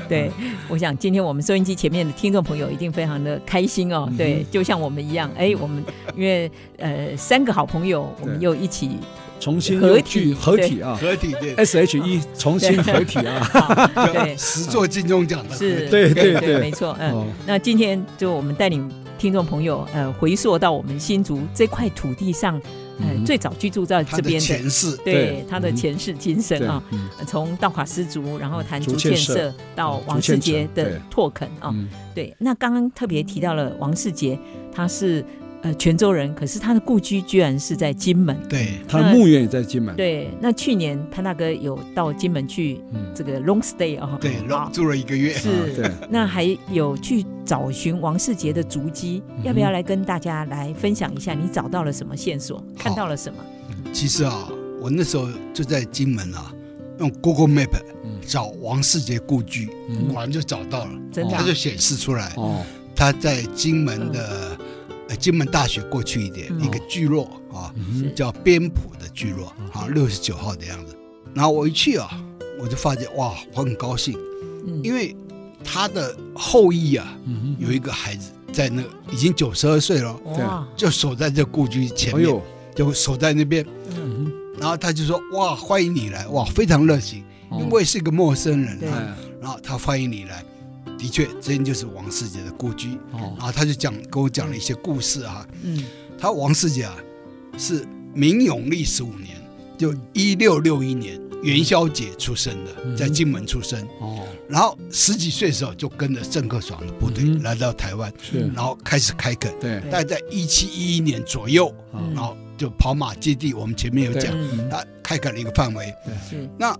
[SPEAKER 1] 对，我想今天我们收音机前面的听众朋友一定非常的开心
[SPEAKER 2] 嗯
[SPEAKER 1] 哦。对，就像我们一样，哎， 我们因为呃三个好朋友，我们
[SPEAKER 2] 对
[SPEAKER 1] 又一起
[SPEAKER 2] 重新
[SPEAKER 1] 合
[SPEAKER 2] 又
[SPEAKER 1] 体
[SPEAKER 2] 聚合
[SPEAKER 1] 对哦
[SPEAKER 2] 体啊
[SPEAKER 3] 合体的，
[SPEAKER 2] ，S H E 重新合体啊，
[SPEAKER 1] 好对
[SPEAKER 3] 十座金钟奖的合体
[SPEAKER 1] 哎是，
[SPEAKER 2] 对对
[SPEAKER 1] 对
[SPEAKER 2] 对
[SPEAKER 1] 没错， 嗯。
[SPEAKER 2] 哦
[SPEAKER 1] 那今天就我们带领听众朋友，呃，回溯到我们新竹这块土地上，呃，
[SPEAKER 2] 嗯哼
[SPEAKER 1] 最早居住在
[SPEAKER 3] 他
[SPEAKER 1] 这
[SPEAKER 3] 的
[SPEAKER 1] 边的，
[SPEAKER 3] 前世
[SPEAKER 1] 对
[SPEAKER 2] 对
[SPEAKER 1] 他的
[SPEAKER 2] 嗯
[SPEAKER 1] 前世今生
[SPEAKER 2] 对
[SPEAKER 1] 啊，，
[SPEAKER 2] 嗯
[SPEAKER 1] 呃从道垮失族，然后谈
[SPEAKER 2] 竹
[SPEAKER 1] 竹
[SPEAKER 2] 堑
[SPEAKER 1] 堑
[SPEAKER 2] 社
[SPEAKER 1] 社到
[SPEAKER 2] 嗯
[SPEAKER 1] 王
[SPEAKER 2] 竹
[SPEAKER 1] 世
[SPEAKER 2] 堑
[SPEAKER 1] 杰
[SPEAKER 2] 社
[SPEAKER 1] 的
[SPEAKER 2] 对
[SPEAKER 1] 拓垦啊，
[SPEAKER 2] 嗯
[SPEAKER 1] 对，那刚刚特别提到了王世杰，他是呃泉州人，可是他的故居居然是在金门。
[SPEAKER 2] 嗯
[SPEAKER 3] 对
[SPEAKER 2] 他的墓园也在金门，
[SPEAKER 1] 对，那去年潘大哥有到金门去
[SPEAKER 2] 嗯，啊
[SPEAKER 1] 这个 long stay 啊、哦，
[SPEAKER 3] 对，
[SPEAKER 1] 好
[SPEAKER 3] 拢住了一个月。
[SPEAKER 1] 是、
[SPEAKER 2] 对。
[SPEAKER 1] 那还有去找寻王世杰的足迹，
[SPEAKER 2] 嗯哼
[SPEAKER 1] 要不要来跟大家来分享一下？你找到了什么线索？看到了什么？
[SPEAKER 3] 其实啊，我那时候就在金门啊，用 Google Map
[SPEAKER 2] 嗯
[SPEAKER 3] 找王世杰故居，果然就找到了，
[SPEAKER 1] 真的、
[SPEAKER 3] 它
[SPEAKER 1] 啊
[SPEAKER 3] 就显示出来，
[SPEAKER 2] 哦，嗯
[SPEAKER 3] 他在金门的呃金门大学过去一点
[SPEAKER 1] 嗯
[SPEAKER 3] 一个聚落啊，
[SPEAKER 2] 嗯
[SPEAKER 3] 叫边浦的聚落啊，六十九号的样子。然后我一去啊，我就发现哇，我很高兴，
[SPEAKER 1] 嗯
[SPEAKER 3] 因为他的后裔啊
[SPEAKER 2] 嗯
[SPEAKER 3] 有一个孩子在那已经九十二岁了，
[SPEAKER 2] 哦对
[SPEAKER 1] 哇，
[SPEAKER 3] 就守在这故居前
[SPEAKER 2] 哎
[SPEAKER 3] 面
[SPEAKER 2] 呦，，
[SPEAKER 3] 就守在那边。
[SPEAKER 1] 嗯
[SPEAKER 3] 然后他就说：“哇，欢迎你来！哇，非常热情，
[SPEAKER 2] 哦
[SPEAKER 3] 因为是个陌生人
[SPEAKER 1] 对
[SPEAKER 2] 哎
[SPEAKER 3] 啊。然后他欢迎你来，的确，这间就是王世杰的故居。
[SPEAKER 2] 哦
[SPEAKER 3] 然，后他就讲跟我讲了一些故事哈、
[SPEAKER 1] 嗯
[SPEAKER 3] 他王世杰啊，是明永历十五年，就
[SPEAKER 2] 嗯
[SPEAKER 3] 一六六一年元宵节出生的，在金门出生。
[SPEAKER 2] 哦，
[SPEAKER 3] 然后十几岁的时候就跟着郑克爽的部队
[SPEAKER 2] 嗯哼
[SPEAKER 3] 来到台湾，
[SPEAKER 2] 是，
[SPEAKER 3] 然后开始开垦。
[SPEAKER 2] 对，
[SPEAKER 3] 大概在一七一一年左右，
[SPEAKER 1] 嗯
[SPEAKER 3] 然后就跑马基地，我们前面有讲。
[SPEAKER 1] 嗯，
[SPEAKER 3] 他开垦了一个范围。
[SPEAKER 1] 是，
[SPEAKER 3] 那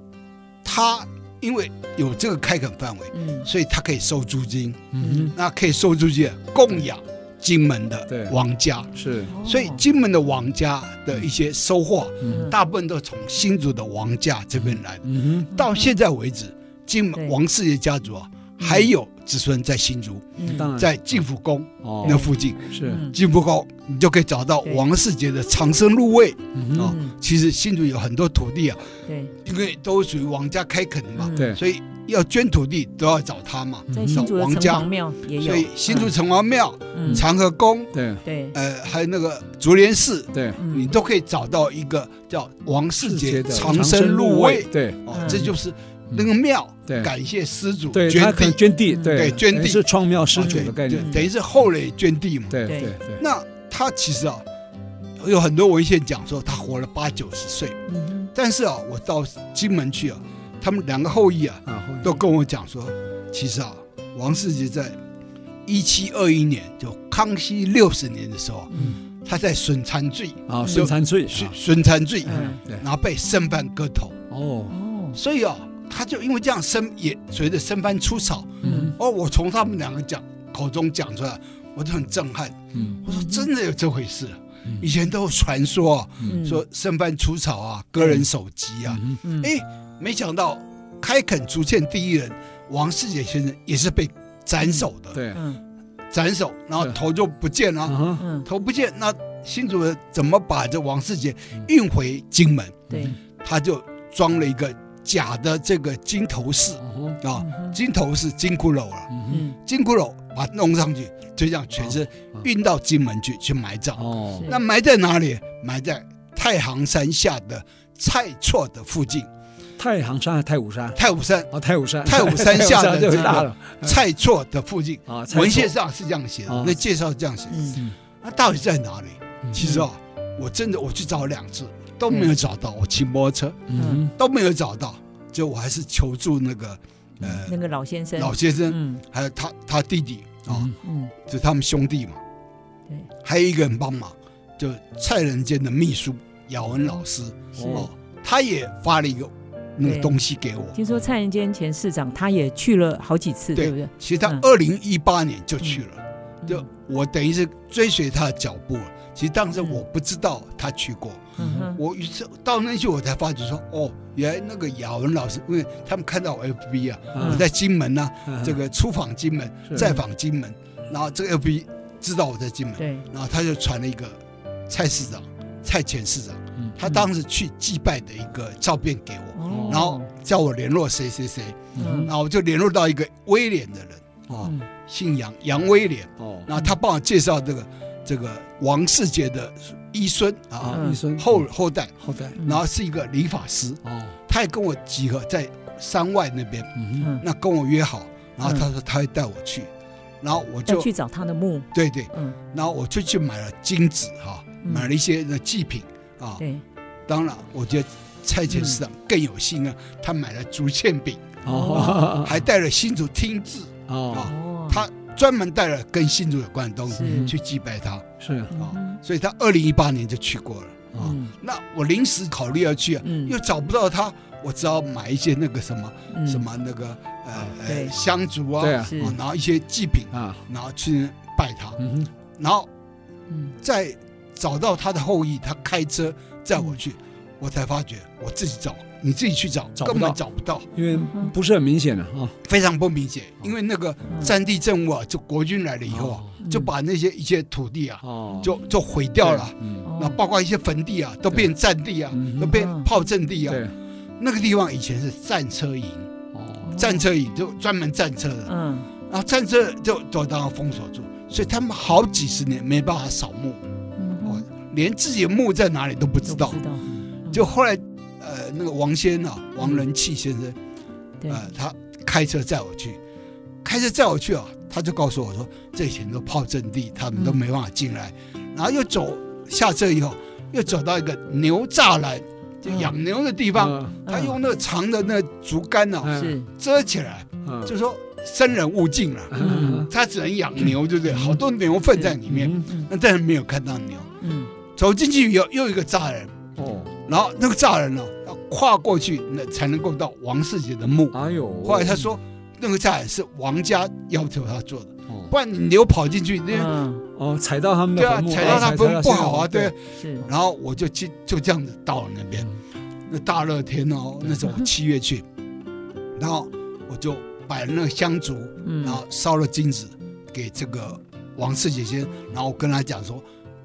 [SPEAKER 3] 他因为有这个开垦范围，
[SPEAKER 1] 嗯
[SPEAKER 3] 所以他可以收租金，
[SPEAKER 2] 嗯
[SPEAKER 3] 那可以收租金供养金门
[SPEAKER 2] 对
[SPEAKER 3] 的王家。
[SPEAKER 1] 哦嗯
[SPEAKER 2] 哼，是，
[SPEAKER 3] 所以金门的王家的一些收获，
[SPEAKER 1] 哦
[SPEAKER 2] 嗯
[SPEAKER 3] 大部分都从新竹的王家这边来的。
[SPEAKER 2] 嗯
[SPEAKER 3] 到现在为止，金
[SPEAKER 1] 对
[SPEAKER 3] 门王氏杰家族啊，还有子孙在新竹，
[SPEAKER 2] 哼，
[SPEAKER 1] 嗯
[SPEAKER 2] 当然，
[SPEAKER 3] 在进福宫
[SPEAKER 2] 哦
[SPEAKER 3] 那附近。
[SPEAKER 2] 是，
[SPEAKER 1] 嗯
[SPEAKER 3] 进福宫，你就可以找到
[SPEAKER 1] 对
[SPEAKER 3] 王世杰的长生入位。
[SPEAKER 2] 嗯
[SPEAKER 3] 哦
[SPEAKER 2] 哼，
[SPEAKER 1] 嗯
[SPEAKER 3] 其实新竹有很多土地啊，
[SPEAKER 1] 对
[SPEAKER 3] 因为都属于王家开垦的嘛，
[SPEAKER 1] 嗯
[SPEAKER 2] 对，
[SPEAKER 3] 所以要捐土地都要找他嘛，
[SPEAKER 1] 在
[SPEAKER 3] 找
[SPEAKER 1] 新竹的
[SPEAKER 3] 嗯王
[SPEAKER 1] 城
[SPEAKER 3] 家
[SPEAKER 1] 隍。庙也有
[SPEAKER 3] 所以，新竹城隍庙、
[SPEAKER 1] 嗯，
[SPEAKER 3] 长和宫，
[SPEAKER 2] 对
[SPEAKER 1] 对，
[SPEAKER 3] 呃，还有那个竹联寺，
[SPEAKER 2] 对，
[SPEAKER 1] 嗯
[SPEAKER 3] 你都可以找到一个叫王世杰
[SPEAKER 2] 的
[SPEAKER 3] 长生入位，
[SPEAKER 2] 对
[SPEAKER 3] 哦
[SPEAKER 1] 嗯，
[SPEAKER 3] 这就是那个庙
[SPEAKER 2] 对
[SPEAKER 3] 感谢施主
[SPEAKER 2] 对，他可
[SPEAKER 3] 捐地
[SPEAKER 2] 能，捐地，
[SPEAKER 1] 嗯
[SPEAKER 2] 对
[SPEAKER 3] 对捐地
[SPEAKER 2] 等于是创庙施主的
[SPEAKER 3] 哦对
[SPEAKER 2] 概念，
[SPEAKER 3] 对等于是后来捐地嘛。
[SPEAKER 2] 对
[SPEAKER 1] 对
[SPEAKER 2] 对对，
[SPEAKER 3] 那他其实啊，有很多文献讲说他活了八九十岁，
[SPEAKER 1] 嗯
[SPEAKER 3] 但是啊，我到金门去啊，他们两个后裔啊
[SPEAKER 2] 啊，后面
[SPEAKER 3] 都跟我讲说，其实啊，王世杰在一七二一年，就康熙六十年的时候啊，他在损残罪，
[SPEAKER 2] 嗯啊，
[SPEAKER 1] 嗯
[SPEAKER 2] 孙参罪
[SPEAKER 3] 损
[SPEAKER 2] 啊，
[SPEAKER 3] 损残罪，
[SPEAKER 1] 嗯
[SPEAKER 2] 对，
[SPEAKER 3] 然后被申办割头，
[SPEAKER 2] 哦，
[SPEAKER 1] 哦，
[SPEAKER 3] 所以啊，他就因为这样申也随着申办出草，
[SPEAKER 1] 嗯
[SPEAKER 3] 哦，我从他们两个讲口中讲出来，我就很震撼，
[SPEAKER 2] 嗯
[SPEAKER 3] 我说真的有这回事啊
[SPEAKER 2] 嗯，
[SPEAKER 3] 以前都有传说啊，
[SPEAKER 1] 嗯，
[SPEAKER 3] 说申办出草啊，割人首级啊，
[SPEAKER 2] 嗯
[SPEAKER 1] 嗯
[SPEAKER 3] 哎，没想到开垦竹堑第一人王世杰先生也是被斩首的，
[SPEAKER 2] 对，
[SPEAKER 1] 嗯
[SPEAKER 3] 斩首，然后
[SPEAKER 2] 对
[SPEAKER 3] 头就不见
[SPEAKER 2] 啊
[SPEAKER 3] 了，
[SPEAKER 2] 哈，
[SPEAKER 1] 嗯，
[SPEAKER 3] 头不见，那新主人怎么把这王世杰
[SPEAKER 2] 嗯
[SPEAKER 3] 运回金门？
[SPEAKER 1] 对，
[SPEAKER 3] 他就装了一个假的这个金头饰
[SPEAKER 2] 哦
[SPEAKER 3] 啊，
[SPEAKER 1] 嗯
[SPEAKER 3] 金头饰金骷髅了，
[SPEAKER 2] 嗯
[SPEAKER 1] 嗯
[SPEAKER 3] 金骷髅把它弄上去，就这样全身
[SPEAKER 2] 哦
[SPEAKER 3] 运到金门去去埋
[SPEAKER 2] 哼
[SPEAKER 3] 葬。
[SPEAKER 2] 哦
[SPEAKER 1] 嗯是
[SPEAKER 3] 那埋在哪里？埋在太行山下的蔡厝的附近，
[SPEAKER 2] 太行山还是太武山
[SPEAKER 3] 太武山
[SPEAKER 2] 啊，太武山，
[SPEAKER 3] 太武山下
[SPEAKER 2] 太
[SPEAKER 3] 的
[SPEAKER 2] 武山就
[SPEAKER 3] 这个
[SPEAKER 2] 大了
[SPEAKER 3] 蔡厝的附近。
[SPEAKER 2] 啊，蔡厝
[SPEAKER 3] 文献上是这样写
[SPEAKER 2] 哦
[SPEAKER 3] 的，那介绍是这样写的。
[SPEAKER 1] 嗯
[SPEAKER 3] 那到底在哪里？
[SPEAKER 2] 嗯
[SPEAKER 3] 其实啊，我真的我去找两次都没有找到，我骑摩托车
[SPEAKER 2] 嗯
[SPEAKER 3] 都没有找到，就我还是求助那个呃
[SPEAKER 1] 那个老先生，
[SPEAKER 3] 老先生，
[SPEAKER 1] 嗯
[SPEAKER 3] 还有他他弟弟啊，
[SPEAKER 2] 嗯
[SPEAKER 1] 嗯
[SPEAKER 3] 就他们兄弟嘛。
[SPEAKER 1] 对，
[SPEAKER 3] 还有一个人帮忙，就蔡仁坚的秘书姚文老师
[SPEAKER 1] 是。
[SPEAKER 3] 哦，他也发了一个那个
[SPEAKER 1] 对
[SPEAKER 3] 东西给我。
[SPEAKER 1] 听说蔡仁坚前市长他也去了好几次，对
[SPEAKER 3] 对
[SPEAKER 1] 不对？
[SPEAKER 3] 其实他
[SPEAKER 1] 嗯
[SPEAKER 3] 二零一八年就去了，就
[SPEAKER 1] 嗯
[SPEAKER 3] 我等于是追随他的脚步了。其实当时我不知道他去过，
[SPEAKER 1] 嗯哼
[SPEAKER 3] 我于是到那去，我才发觉说，哦，原来那个雅文老师，因为他们看到我 FB 啊，
[SPEAKER 2] 嗯
[SPEAKER 3] 我在金门呐、
[SPEAKER 2] 嗯
[SPEAKER 3] 这个出访金门，
[SPEAKER 2] 是
[SPEAKER 3] 再访金门，然后这个 FB 知道我在金门，
[SPEAKER 1] 对，
[SPEAKER 3] 然后他就传了一个蔡市长、蔡前市长
[SPEAKER 2] 嗯，
[SPEAKER 3] 他当时去祭拜的一个照片给我，
[SPEAKER 1] 哦
[SPEAKER 3] 然后叫我联络谁谁谁，
[SPEAKER 2] 嗯
[SPEAKER 3] 然后我就联络到一个威廉的人，哦，
[SPEAKER 1] 嗯
[SPEAKER 3] 姓杨，杨威廉，
[SPEAKER 2] 哦
[SPEAKER 3] 然后他帮我介绍这个这个王世杰的医孙啊
[SPEAKER 2] 啊，
[SPEAKER 1] 嗯
[SPEAKER 2] 一生
[SPEAKER 3] 后嗯后代。
[SPEAKER 2] 后代
[SPEAKER 1] 嗯
[SPEAKER 3] 然后是一个理发师，
[SPEAKER 2] 哦，
[SPEAKER 3] 他也跟我集合在山外那边，
[SPEAKER 2] 嗯
[SPEAKER 1] 嗯，
[SPEAKER 3] 那跟我约好，然后他说他会带我去，然后我
[SPEAKER 1] 要
[SPEAKER 3] 就
[SPEAKER 1] 嗯去找他的墓，
[SPEAKER 3] 对对，
[SPEAKER 1] 嗯，
[SPEAKER 3] 然后我就去买了金子哈、
[SPEAKER 1] 嗯
[SPEAKER 3] 买了一些的祭品啊。
[SPEAKER 1] 对，嗯
[SPEAKER 3] 当然，我觉得蔡前市长更有心啊，他买了竹签饼，
[SPEAKER 2] 哼
[SPEAKER 1] 嗯
[SPEAKER 2] 哦
[SPEAKER 3] 还带了新竹听字，
[SPEAKER 2] 哦
[SPEAKER 1] 哦，
[SPEAKER 3] 啊他专门带了跟新竹有关的东西
[SPEAKER 1] 是
[SPEAKER 3] 去祭拜他
[SPEAKER 2] 是
[SPEAKER 3] 啊，所以他二零一八年就去过了啊。
[SPEAKER 1] 嗯
[SPEAKER 3] 那我临时考虑要去啊，
[SPEAKER 1] 嗯
[SPEAKER 3] 又找不到他，我只好买一些那个什么。
[SPEAKER 1] 嗯哦
[SPEAKER 3] 什么那个呃
[SPEAKER 1] 对嗯
[SPEAKER 3] 呃香烛啊，
[SPEAKER 2] 对啊
[SPEAKER 3] 啊
[SPEAKER 1] 是
[SPEAKER 3] 然后一些祭品，
[SPEAKER 2] 啊，
[SPEAKER 3] 然后去拜他，
[SPEAKER 2] 嗯哼
[SPEAKER 3] 然后
[SPEAKER 1] 嗯
[SPEAKER 3] 再找到他的后裔，他开车载我去，
[SPEAKER 1] 嗯
[SPEAKER 3] 我才发觉我自己找，你自己去找，
[SPEAKER 2] 找不
[SPEAKER 3] 根本
[SPEAKER 2] 到
[SPEAKER 3] 找不到，
[SPEAKER 2] 因为不是很明显的啊，
[SPEAKER 3] 非常不明显，
[SPEAKER 2] 哦
[SPEAKER 3] 因为那个
[SPEAKER 1] 嗯
[SPEAKER 3] 战地政务啊，就国军来了以后啊，就把那些一些土地啊，
[SPEAKER 2] 哦
[SPEAKER 3] 就就毁掉了。
[SPEAKER 2] 嗯
[SPEAKER 1] 哦
[SPEAKER 3] 那包括一些坟地啊，都
[SPEAKER 2] 对
[SPEAKER 3] 变战地啊
[SPEAKER 2] 嗯，
[SPEAKER 3] 都变
[SPEAKER 1] 嗯
[SPEAKER 3] 炮阵地啊。
[SPEAKER 2] 对
[SPEAKER 3] 那个地方以前是战车营，
[SPEAKER 2] 哦
[SPEAKER 3] 战车营就专门战车的。
[SPEAKER 1] 嗯
[SPEAKER 3] 然后战争就就当封锁住，所以他们好几十年没办法扫墓，
[SPEAKER 1] 嗯
[SPEAKER 3] 哦，连自己的墓在哪里都不知
[SPEAKER 1] 都
[SPEAKER 3] 道嗯
[SPEAKER 1] 不。知道，
[SPEAKER 3] 就后来，呃，那个王先啊，王仁器先生，
[SPEAKER 2] 嗯
[SPEAKER 1] 对，
[SPEAKER 3] 呃，他开车载我去，开车载我去啊，他就告诉我说，这以前都炮阵地，他们都
[SPEAKER 1] 嗯
[SPEAKER 3] 没办法进来。
[SPEAKER 2] 嗯
[SPEAKER 3] 然后又走下车以后，又走到一个牛栅栏，就
[SPEAKER 1] 嗯
[SPEAKER 3] 养牛的地方，
[SPEAKER 2] 嗯
[SPEAKER 3] 他用那个长的那竹竿呢、啊、
[SPEAKER 2] 嗯
[SPEAKER 1] 是，
[SPEAKER 3] 遮起来，
[SPEAKER 2] 嗯
[SPEAKER 3] 就说生人勿近了、
[SPEAKER 2] 嗯
[SPEAKER 3] 他只能养牛，对不对？好多牛粪在里面，
[SPEAKER 2] 嗯
[SPEAKER 3] 那但是没有看到牛。
[SPEAKER 1] 嗯
[SPEAKER 3] 走进去有又一个栅栏，
[SPEAKER 2] 哦，
[SPEAKER 3] 然后那个栅栏呢，要跨过去那才能够到王世杰的墓。
[SPEAKER 2] 哎呦，
[SPEAKER 3] 后来他说，那个栅栏是王家要求他做的，
[SPEAKER 2] 哦
[SPEAKER 3] 不然你牛跑进去，那
[SPEAKER 1] 嗯
[SPEAKER 2] 哦踩到他们
[SPEAKER 3] 对
[SPEAKER 2] 的
[SPEAKER 3] 啊，
[SPEAKER 2] 坟墓，哦
[SPEAKER 3] 踩到他坟不好啊，
[SPEAKER 2] 踩到
[SPEAKER 3] 对
[SPEAKER 2] 先人。
[SPEAKER 3] 啊
[SPEAKER 1] 是，
[SPEAKER 3] 然后我就去就这样子到了那边，那大热天哦，
[SPEAKER 1] 嗯
[SPEAKER 3] 那时候我七月去，然后我就摆了那个香烛，
[SPEAKER 1] 嗯
[SPEAKER 3] 然后烧了金子给这个王世杰先生，然后我跟他讲说，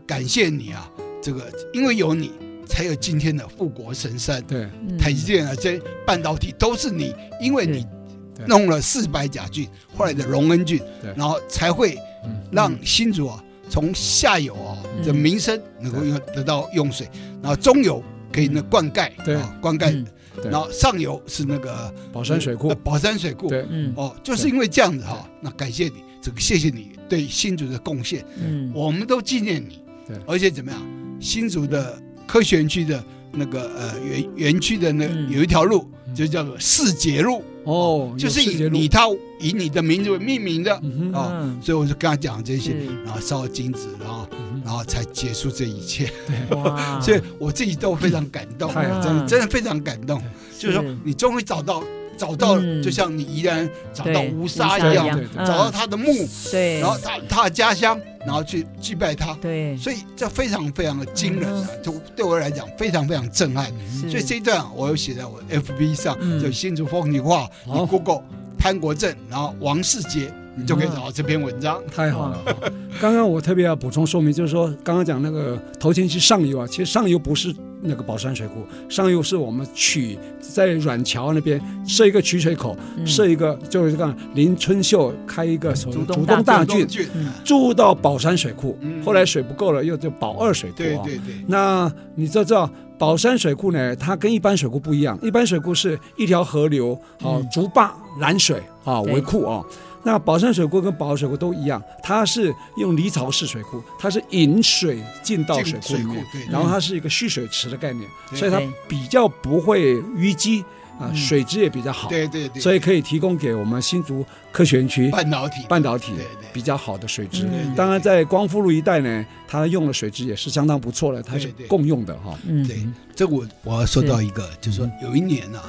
[SPEAKER 3] 感谢你啊，这个因为有你，才有今天的富国神山、
[SPEAKER 2] 对
[SPEAKER 1] 嗯
[SPEAKER 3] 台积电啊，这些半导体都是你，因为你
[SPEAKER 2] 对
[SPEAKER 3] 弄了四百甲菌，后来的荣恩菌
[SPEAKER 2] 对，
[SPEAKER 3] 然后才会
[SPEAKER 2] 嗯
[SPEAKER 3] 让新竹啊从下游啊
[SPEAKER 1] 嗯
[SPEAKER 3] 的民生能够用得到用水，然后中游可以那灌溉，
[SPEAKER 2] 对
[SPEAKER 3] 啊灌溉
[SPEAKER 1] 嗯，
[SPEAKER 2] 对
[SPEAKER 3] 然后上游是那个
[SPEAKER 2] 宝山水库
[SPEAKER 3] 呃，宝山水库，
[SPEAKER 2] 对
[SPEAKER 1] 嗯
[SPEAKER 3] 哦，就是因为这样子哈，那感谢你，这个谢谢你对新竹的贡献，
[SPEAKER 1] 嗯
[SPEAKER 3] 我们都纪念你
[SPEAKER 2] 对，
[SPEAKER 3] 而且怎么样，新竹的科学园区的那个呃园园区的那
[SPEAKER 1] 嗯
[SPEAKER 3] 有一条路
[SPEAKER 2] 嗯
[SPEAKER 3] 就叫做世杰路，
[SPEAKER 2] 哦，
[SPEAKER 3] 就
[SPEAKER 2] 有
[SPEAKER 3] 是
[SPEAKER 2] 世
[SPEAKER 3] 以
[SPEAKER 2] 界路
[SPEAKER 3] 你，他以你的名字为命名的，
[SPEAKER 2] 嗯哼，
[SPEAKER 3] 哦
[SPEAKER 1] 嗯
[SPEAKER 3] 所以我就跟他讲这些，
[SPEAKER 1] 是
[SPEAKER 3] 然后烧金子，然后
[SPEAKER 2] 嗯哼嗯
[SPEAKER 3] 然后才结束这一切，
[SPEAKER 1] 嗯哇，
[SPEAKER 3] 所以我自己都非常感动，
[SPEAKER 2] 太好嗯
[SPEAKER 3] 真的真的非常感动，就是说你终于找到找到了，
[SPEAKER 1] 嗯
[SPEAKER 3] 就像你依然找到
[SPEAKER 1] 对
[SPEAKER 3] 乌
[SPEAKER 1] 乌
[SPEAKER 3] 沙
[SPEAKER 1] 沙
[SPEAKER 3] 一样
[SPEAKER 2] 一样，嗯
[SPEAKER 3] 找到
[SPEAKER 1] 嗯
[SPEAKER 3] 他的墓，
[SPEAKER 1] 对，
[SPEAKER 3] 然后他他的家乡，然后去祭拜他，
[SPEAKER 1] 对，
[SPEAKER 3] 所以这非常非常的惊人
[SPEAKER 2] 嗯
[SPEAKER 3] 啊！就对我来讲非常非常震撼。
[SPEAKER 1] 是
[SPEAKER 3] 所以这一段啊我有写在我 FB 上，
[SPEAKER 1] 嗯
[SPEAKER 3] 就新竹风景画，你
[SPEAKER 2] 好
[SPEAKER 3] Google 潘国正，然后王世杰，你就可以找到这篇文章。
[SPEAKER 2] 太好了。哈刚刚我特别要补充说明，就是说刚刚讲那个头前溪上游啊，其实上游不是那个宝山水库，上游是我们取在软桥那边设一个取水口，
[SPEAKER 1] 嗯
[SPEAKER 2] 设一个就是这样林春秀开一个所谓
[SPEAKER 1] 竹
[SPEAKER 2] 的
[SPEAKER 1] 东
[SPEAKER 2] 竹
[SPEAKER 1] 大
[SPEAKER 2] 东大
[SPEAKER 3] 俊
[SPEAKER 2] 郡，，
[SPEAKER 1] 嗯
[SPEAKER 2] 注入到宝山水库
[SPEAKER 3] 嗯，
[SPEAKER 2] 后来水不够了，又就宝二水库
[SPEAKER 3] 对
[SPEAKER 2] 啊。
[SPEAKER 3] 对对，
[SPEAKER 2] 那你知道宝山水库呢？它跟一般水库不一样，一般水库是一条河流，哦，
[SPEAKER 3] 嗯
[SPEAKER 2] 竹坝拦水啊
[SPEAKER 1] 对
[SPEAKER 2] 为库啊。那宝山水库跟宝二水库都一样，它是用离槽式水库，它是引水进到水
[SPEAKER 3] 进
[SPEAKER 2] 库里面，
[SPEAKER 3] 对，
[SPEAKER 2] 然后它是一个蓄水池的概念，
[SPEAKER 3] 对
[SPEAKER 2] 所以它
[SPEAKER 1] 对
[SPEAKER 2] 比较不会淤积啊，
[SPEAKER 1] 嗯
[SPEAKER 2] 水质也比较好，
[SPEAKER 3] 对对对，
[SPEAKER 2] 所以可以提供给我们新竹科学园区
[SPEAKER 3] 半导体，
[SPEAKER 2] 半导体
[SPEAKER 3] 对对
[SPEAKER 2] 比较好的水质。
[SPEAKER 3] 对
[SPEAKER 1] 嗯
[SPEAKER 3] 对
[SPEAKER 2] 当然，在光复路一带呢，它用的水质也是相当不错的，它是
[SPEAKER 3] 对对
[SPEAKER 2] 共用的哈。
[SPEAKER 1] 嗯
[SPEAKER 3] 对这个我我要说到一个，就是说
[SPEAKER 2] 嗯
[SPEAKER 3] 有一年啊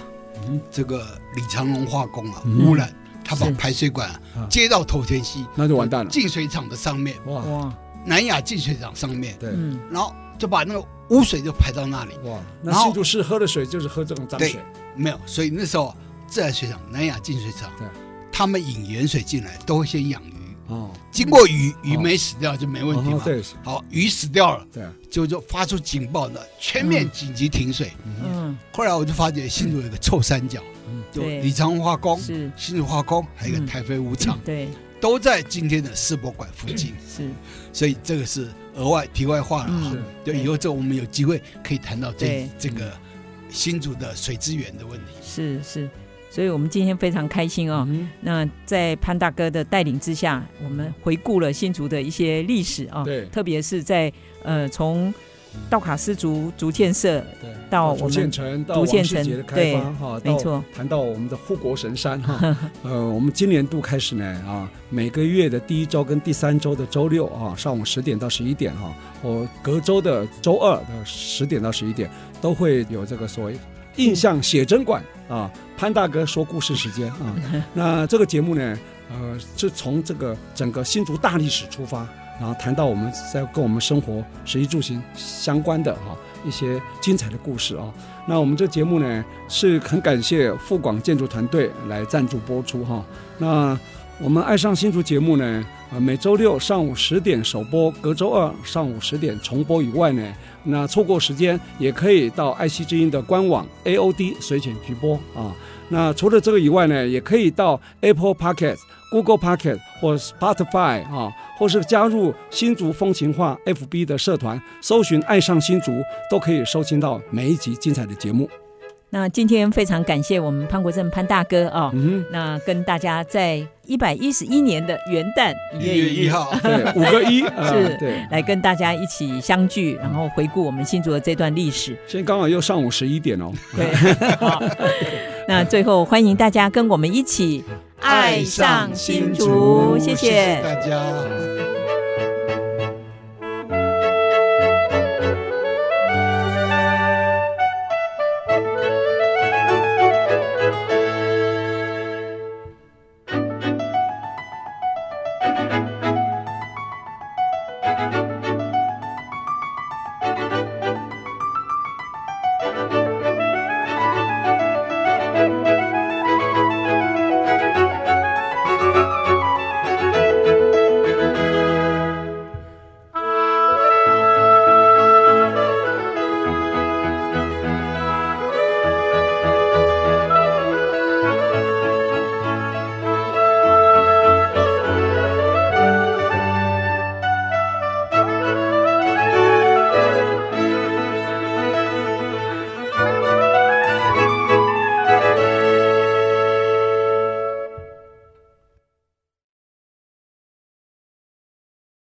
[SPEAKER 2] 嗯，
[SPEAKER 3] 这个李长龙化工啊
[SPEAKER 2] 嗯
[SPEAKER 3] 污染，他把
[SPEAKER 1] 是
[SPEAKER 3] 排水管啊
[SPEAKER 2] 啊
[SPEAKER 3] 接到头前溪
[SPEAKER 2] 那就完蛋了。
[SPEAKER 3] 净水厂的上面，
[SPEAKER 2] 哇
[SPEAKER 1] 哇，
[SPEAKER 3] 南亚净水厂上面，
[SPEAKER 2] 对，
[SPEAKER 1] 嗯
[SPEAKER 3] 然后就把那个污水就排到那里，
[SPEAKER 2] 哇，那
[SPEAKER 3] 然后
[SPEAKER 2] 新竹市喝的水就是喝这种脏水，
[SPEAKER 3] 没有，所以那时候啊自来水厂、南亚净水厂
[SPEAKER 2] 对，
[SPEAKER 3] 他们引盐水进来都会先养鱼，
[SPEAKER 2] 哦，
[SPEAKER 3] 经过鱼，鱼
[SPEAKER 2] 哦
[SPEAKER 3] 没死掉就没问题
[SPEAKER 2] 哦
[SPEAKER 3] 嘛。
[SPEAKER 2] 对
[SPEAKER 3] 好，鱼死掉了，
[SPEAKER 2] 对，
[SPEAKER 3] 就就发出警报的，全面紧急停水。
[SPEAKER 1] 嗯，
[SPEAKER 3] 后来我就发觉新竹有一个臭三角，
[SPEAKER 2] 嗯
[SPEAKER 3] 就
[SPEAKER 1] 对
[SPEAKER 3] 李长化工、
[SPEAKER 1] 是，
[SPEAKER 3] 新竹化工，还有一
[SPEAKER 1] 嗯
[SPEAKER 3] 个台飞五厂，
[SPEAKER 1] 对，
[SPEAKER 3] 都在今天的世博馆附近，
[SPEAKER 1] 是，
[SPEAKER 3] 所以这个是额外题外话了哈
[SPEAKER 1] 嗯。
[SPEAKER 3] 就
[SPEAKER 1] 对
[SPEAKER 3] 以后这我们有机会可以谈到这
[SPEAKER 1] 对
[SPEAKER 3] 这个新竹的水资源的问题。
[SPEAKER 1] 是是，所以我们今天非常开心哦。
[SPEAKER 2] 嗯
[SPEAKER 1] 那在潘大哥的带领之下，我们回顾了新竹的一些历史啊、
[SPEAKER 2] 对
[SPEAKER 1] 特别是在呃从道卡斯族竹建设，
[SPEAKER 2] 对，
[SPEAKER 1] 到我
[SPEAKER 2] 竹
[SPEAKER 1] 们
[SPEAKER 2] 县城，到
[SPEAKER 1] 竹
[SPEAKER 2] 王
[SPEAKER 1] 县
[SPEAKER 2] 世杰
[SPEAKER 1] 城
[SPEAKER 2] 的开
[SPEAKER 1] 对
[SPEAKER 2] 发哈，
[SPEAKER 1] 没
[SPEAKER 2] 到
[SPEAKER 1] 错，
[SPEAKER 2] 谈到我们的护国神 山哈，呃，我们今年度开始呢啊，每个月的第一周跟第三周的周六啊，上午十点到十一点哈，我隔周的周二的十点到十一点都会有这个所谓印象写真馆啊，潘大哥说故事时 间啊，那这个节目呢，呃，是从这个整个新竹大历史出发，然后谈到我们在跟我们生活、食衣住行相关的啊一些精彩的故事啊。那我们这节目呢，是很感谢富广建筑团队来赞助播出哈、那我们爱上新竹节目呢，呃，每周六上午十点首播，隔周二上午十点重播以外呢，那错过时间也可以到爱惜之音的官网 AOD 随选直播啊。那除了这个以外呢，也可以到 Apple Podcast、Google Podcast 或 Spotify 啊，或是加入新竹风情画 FB 的社团，搜寻“爱上新竹”，都可以收听到每一集精彩的节目。
[SPEAKER 1] 那今天非常感谢我们潘国正潘大哥啊、
[SPEAKER 2] 嗯
[SPEAKER 1] 那跟大家在一百一十一年的元旦一
[SPEAKER 3] 一
[SPEAKER 1] 月
[SPEAKER 3] 月
[SPEAKER 1] 一
[SPEAKER 3] 一
[SPEAKER 1] 日。
[SPEAKER 3] 号，
[SPEAKER 2] 哼，对，五个一，啊
[SPEAKER 1] 是
[SPEAKER 2] 对。
[SPEAKER 1] 来跟大家一起相聚，然后回顾我们新竹的这段历史。
[SPEAKER 2] 现在刚好又上午十一点哦。
[SPEAKER 1] 对， 好，那最后欢迎大家跟我们一起
[SPEAKER 3] 爱上新竹，
[SPEAKER 1] 谢
[SPEAKER 3] 谢谢大家。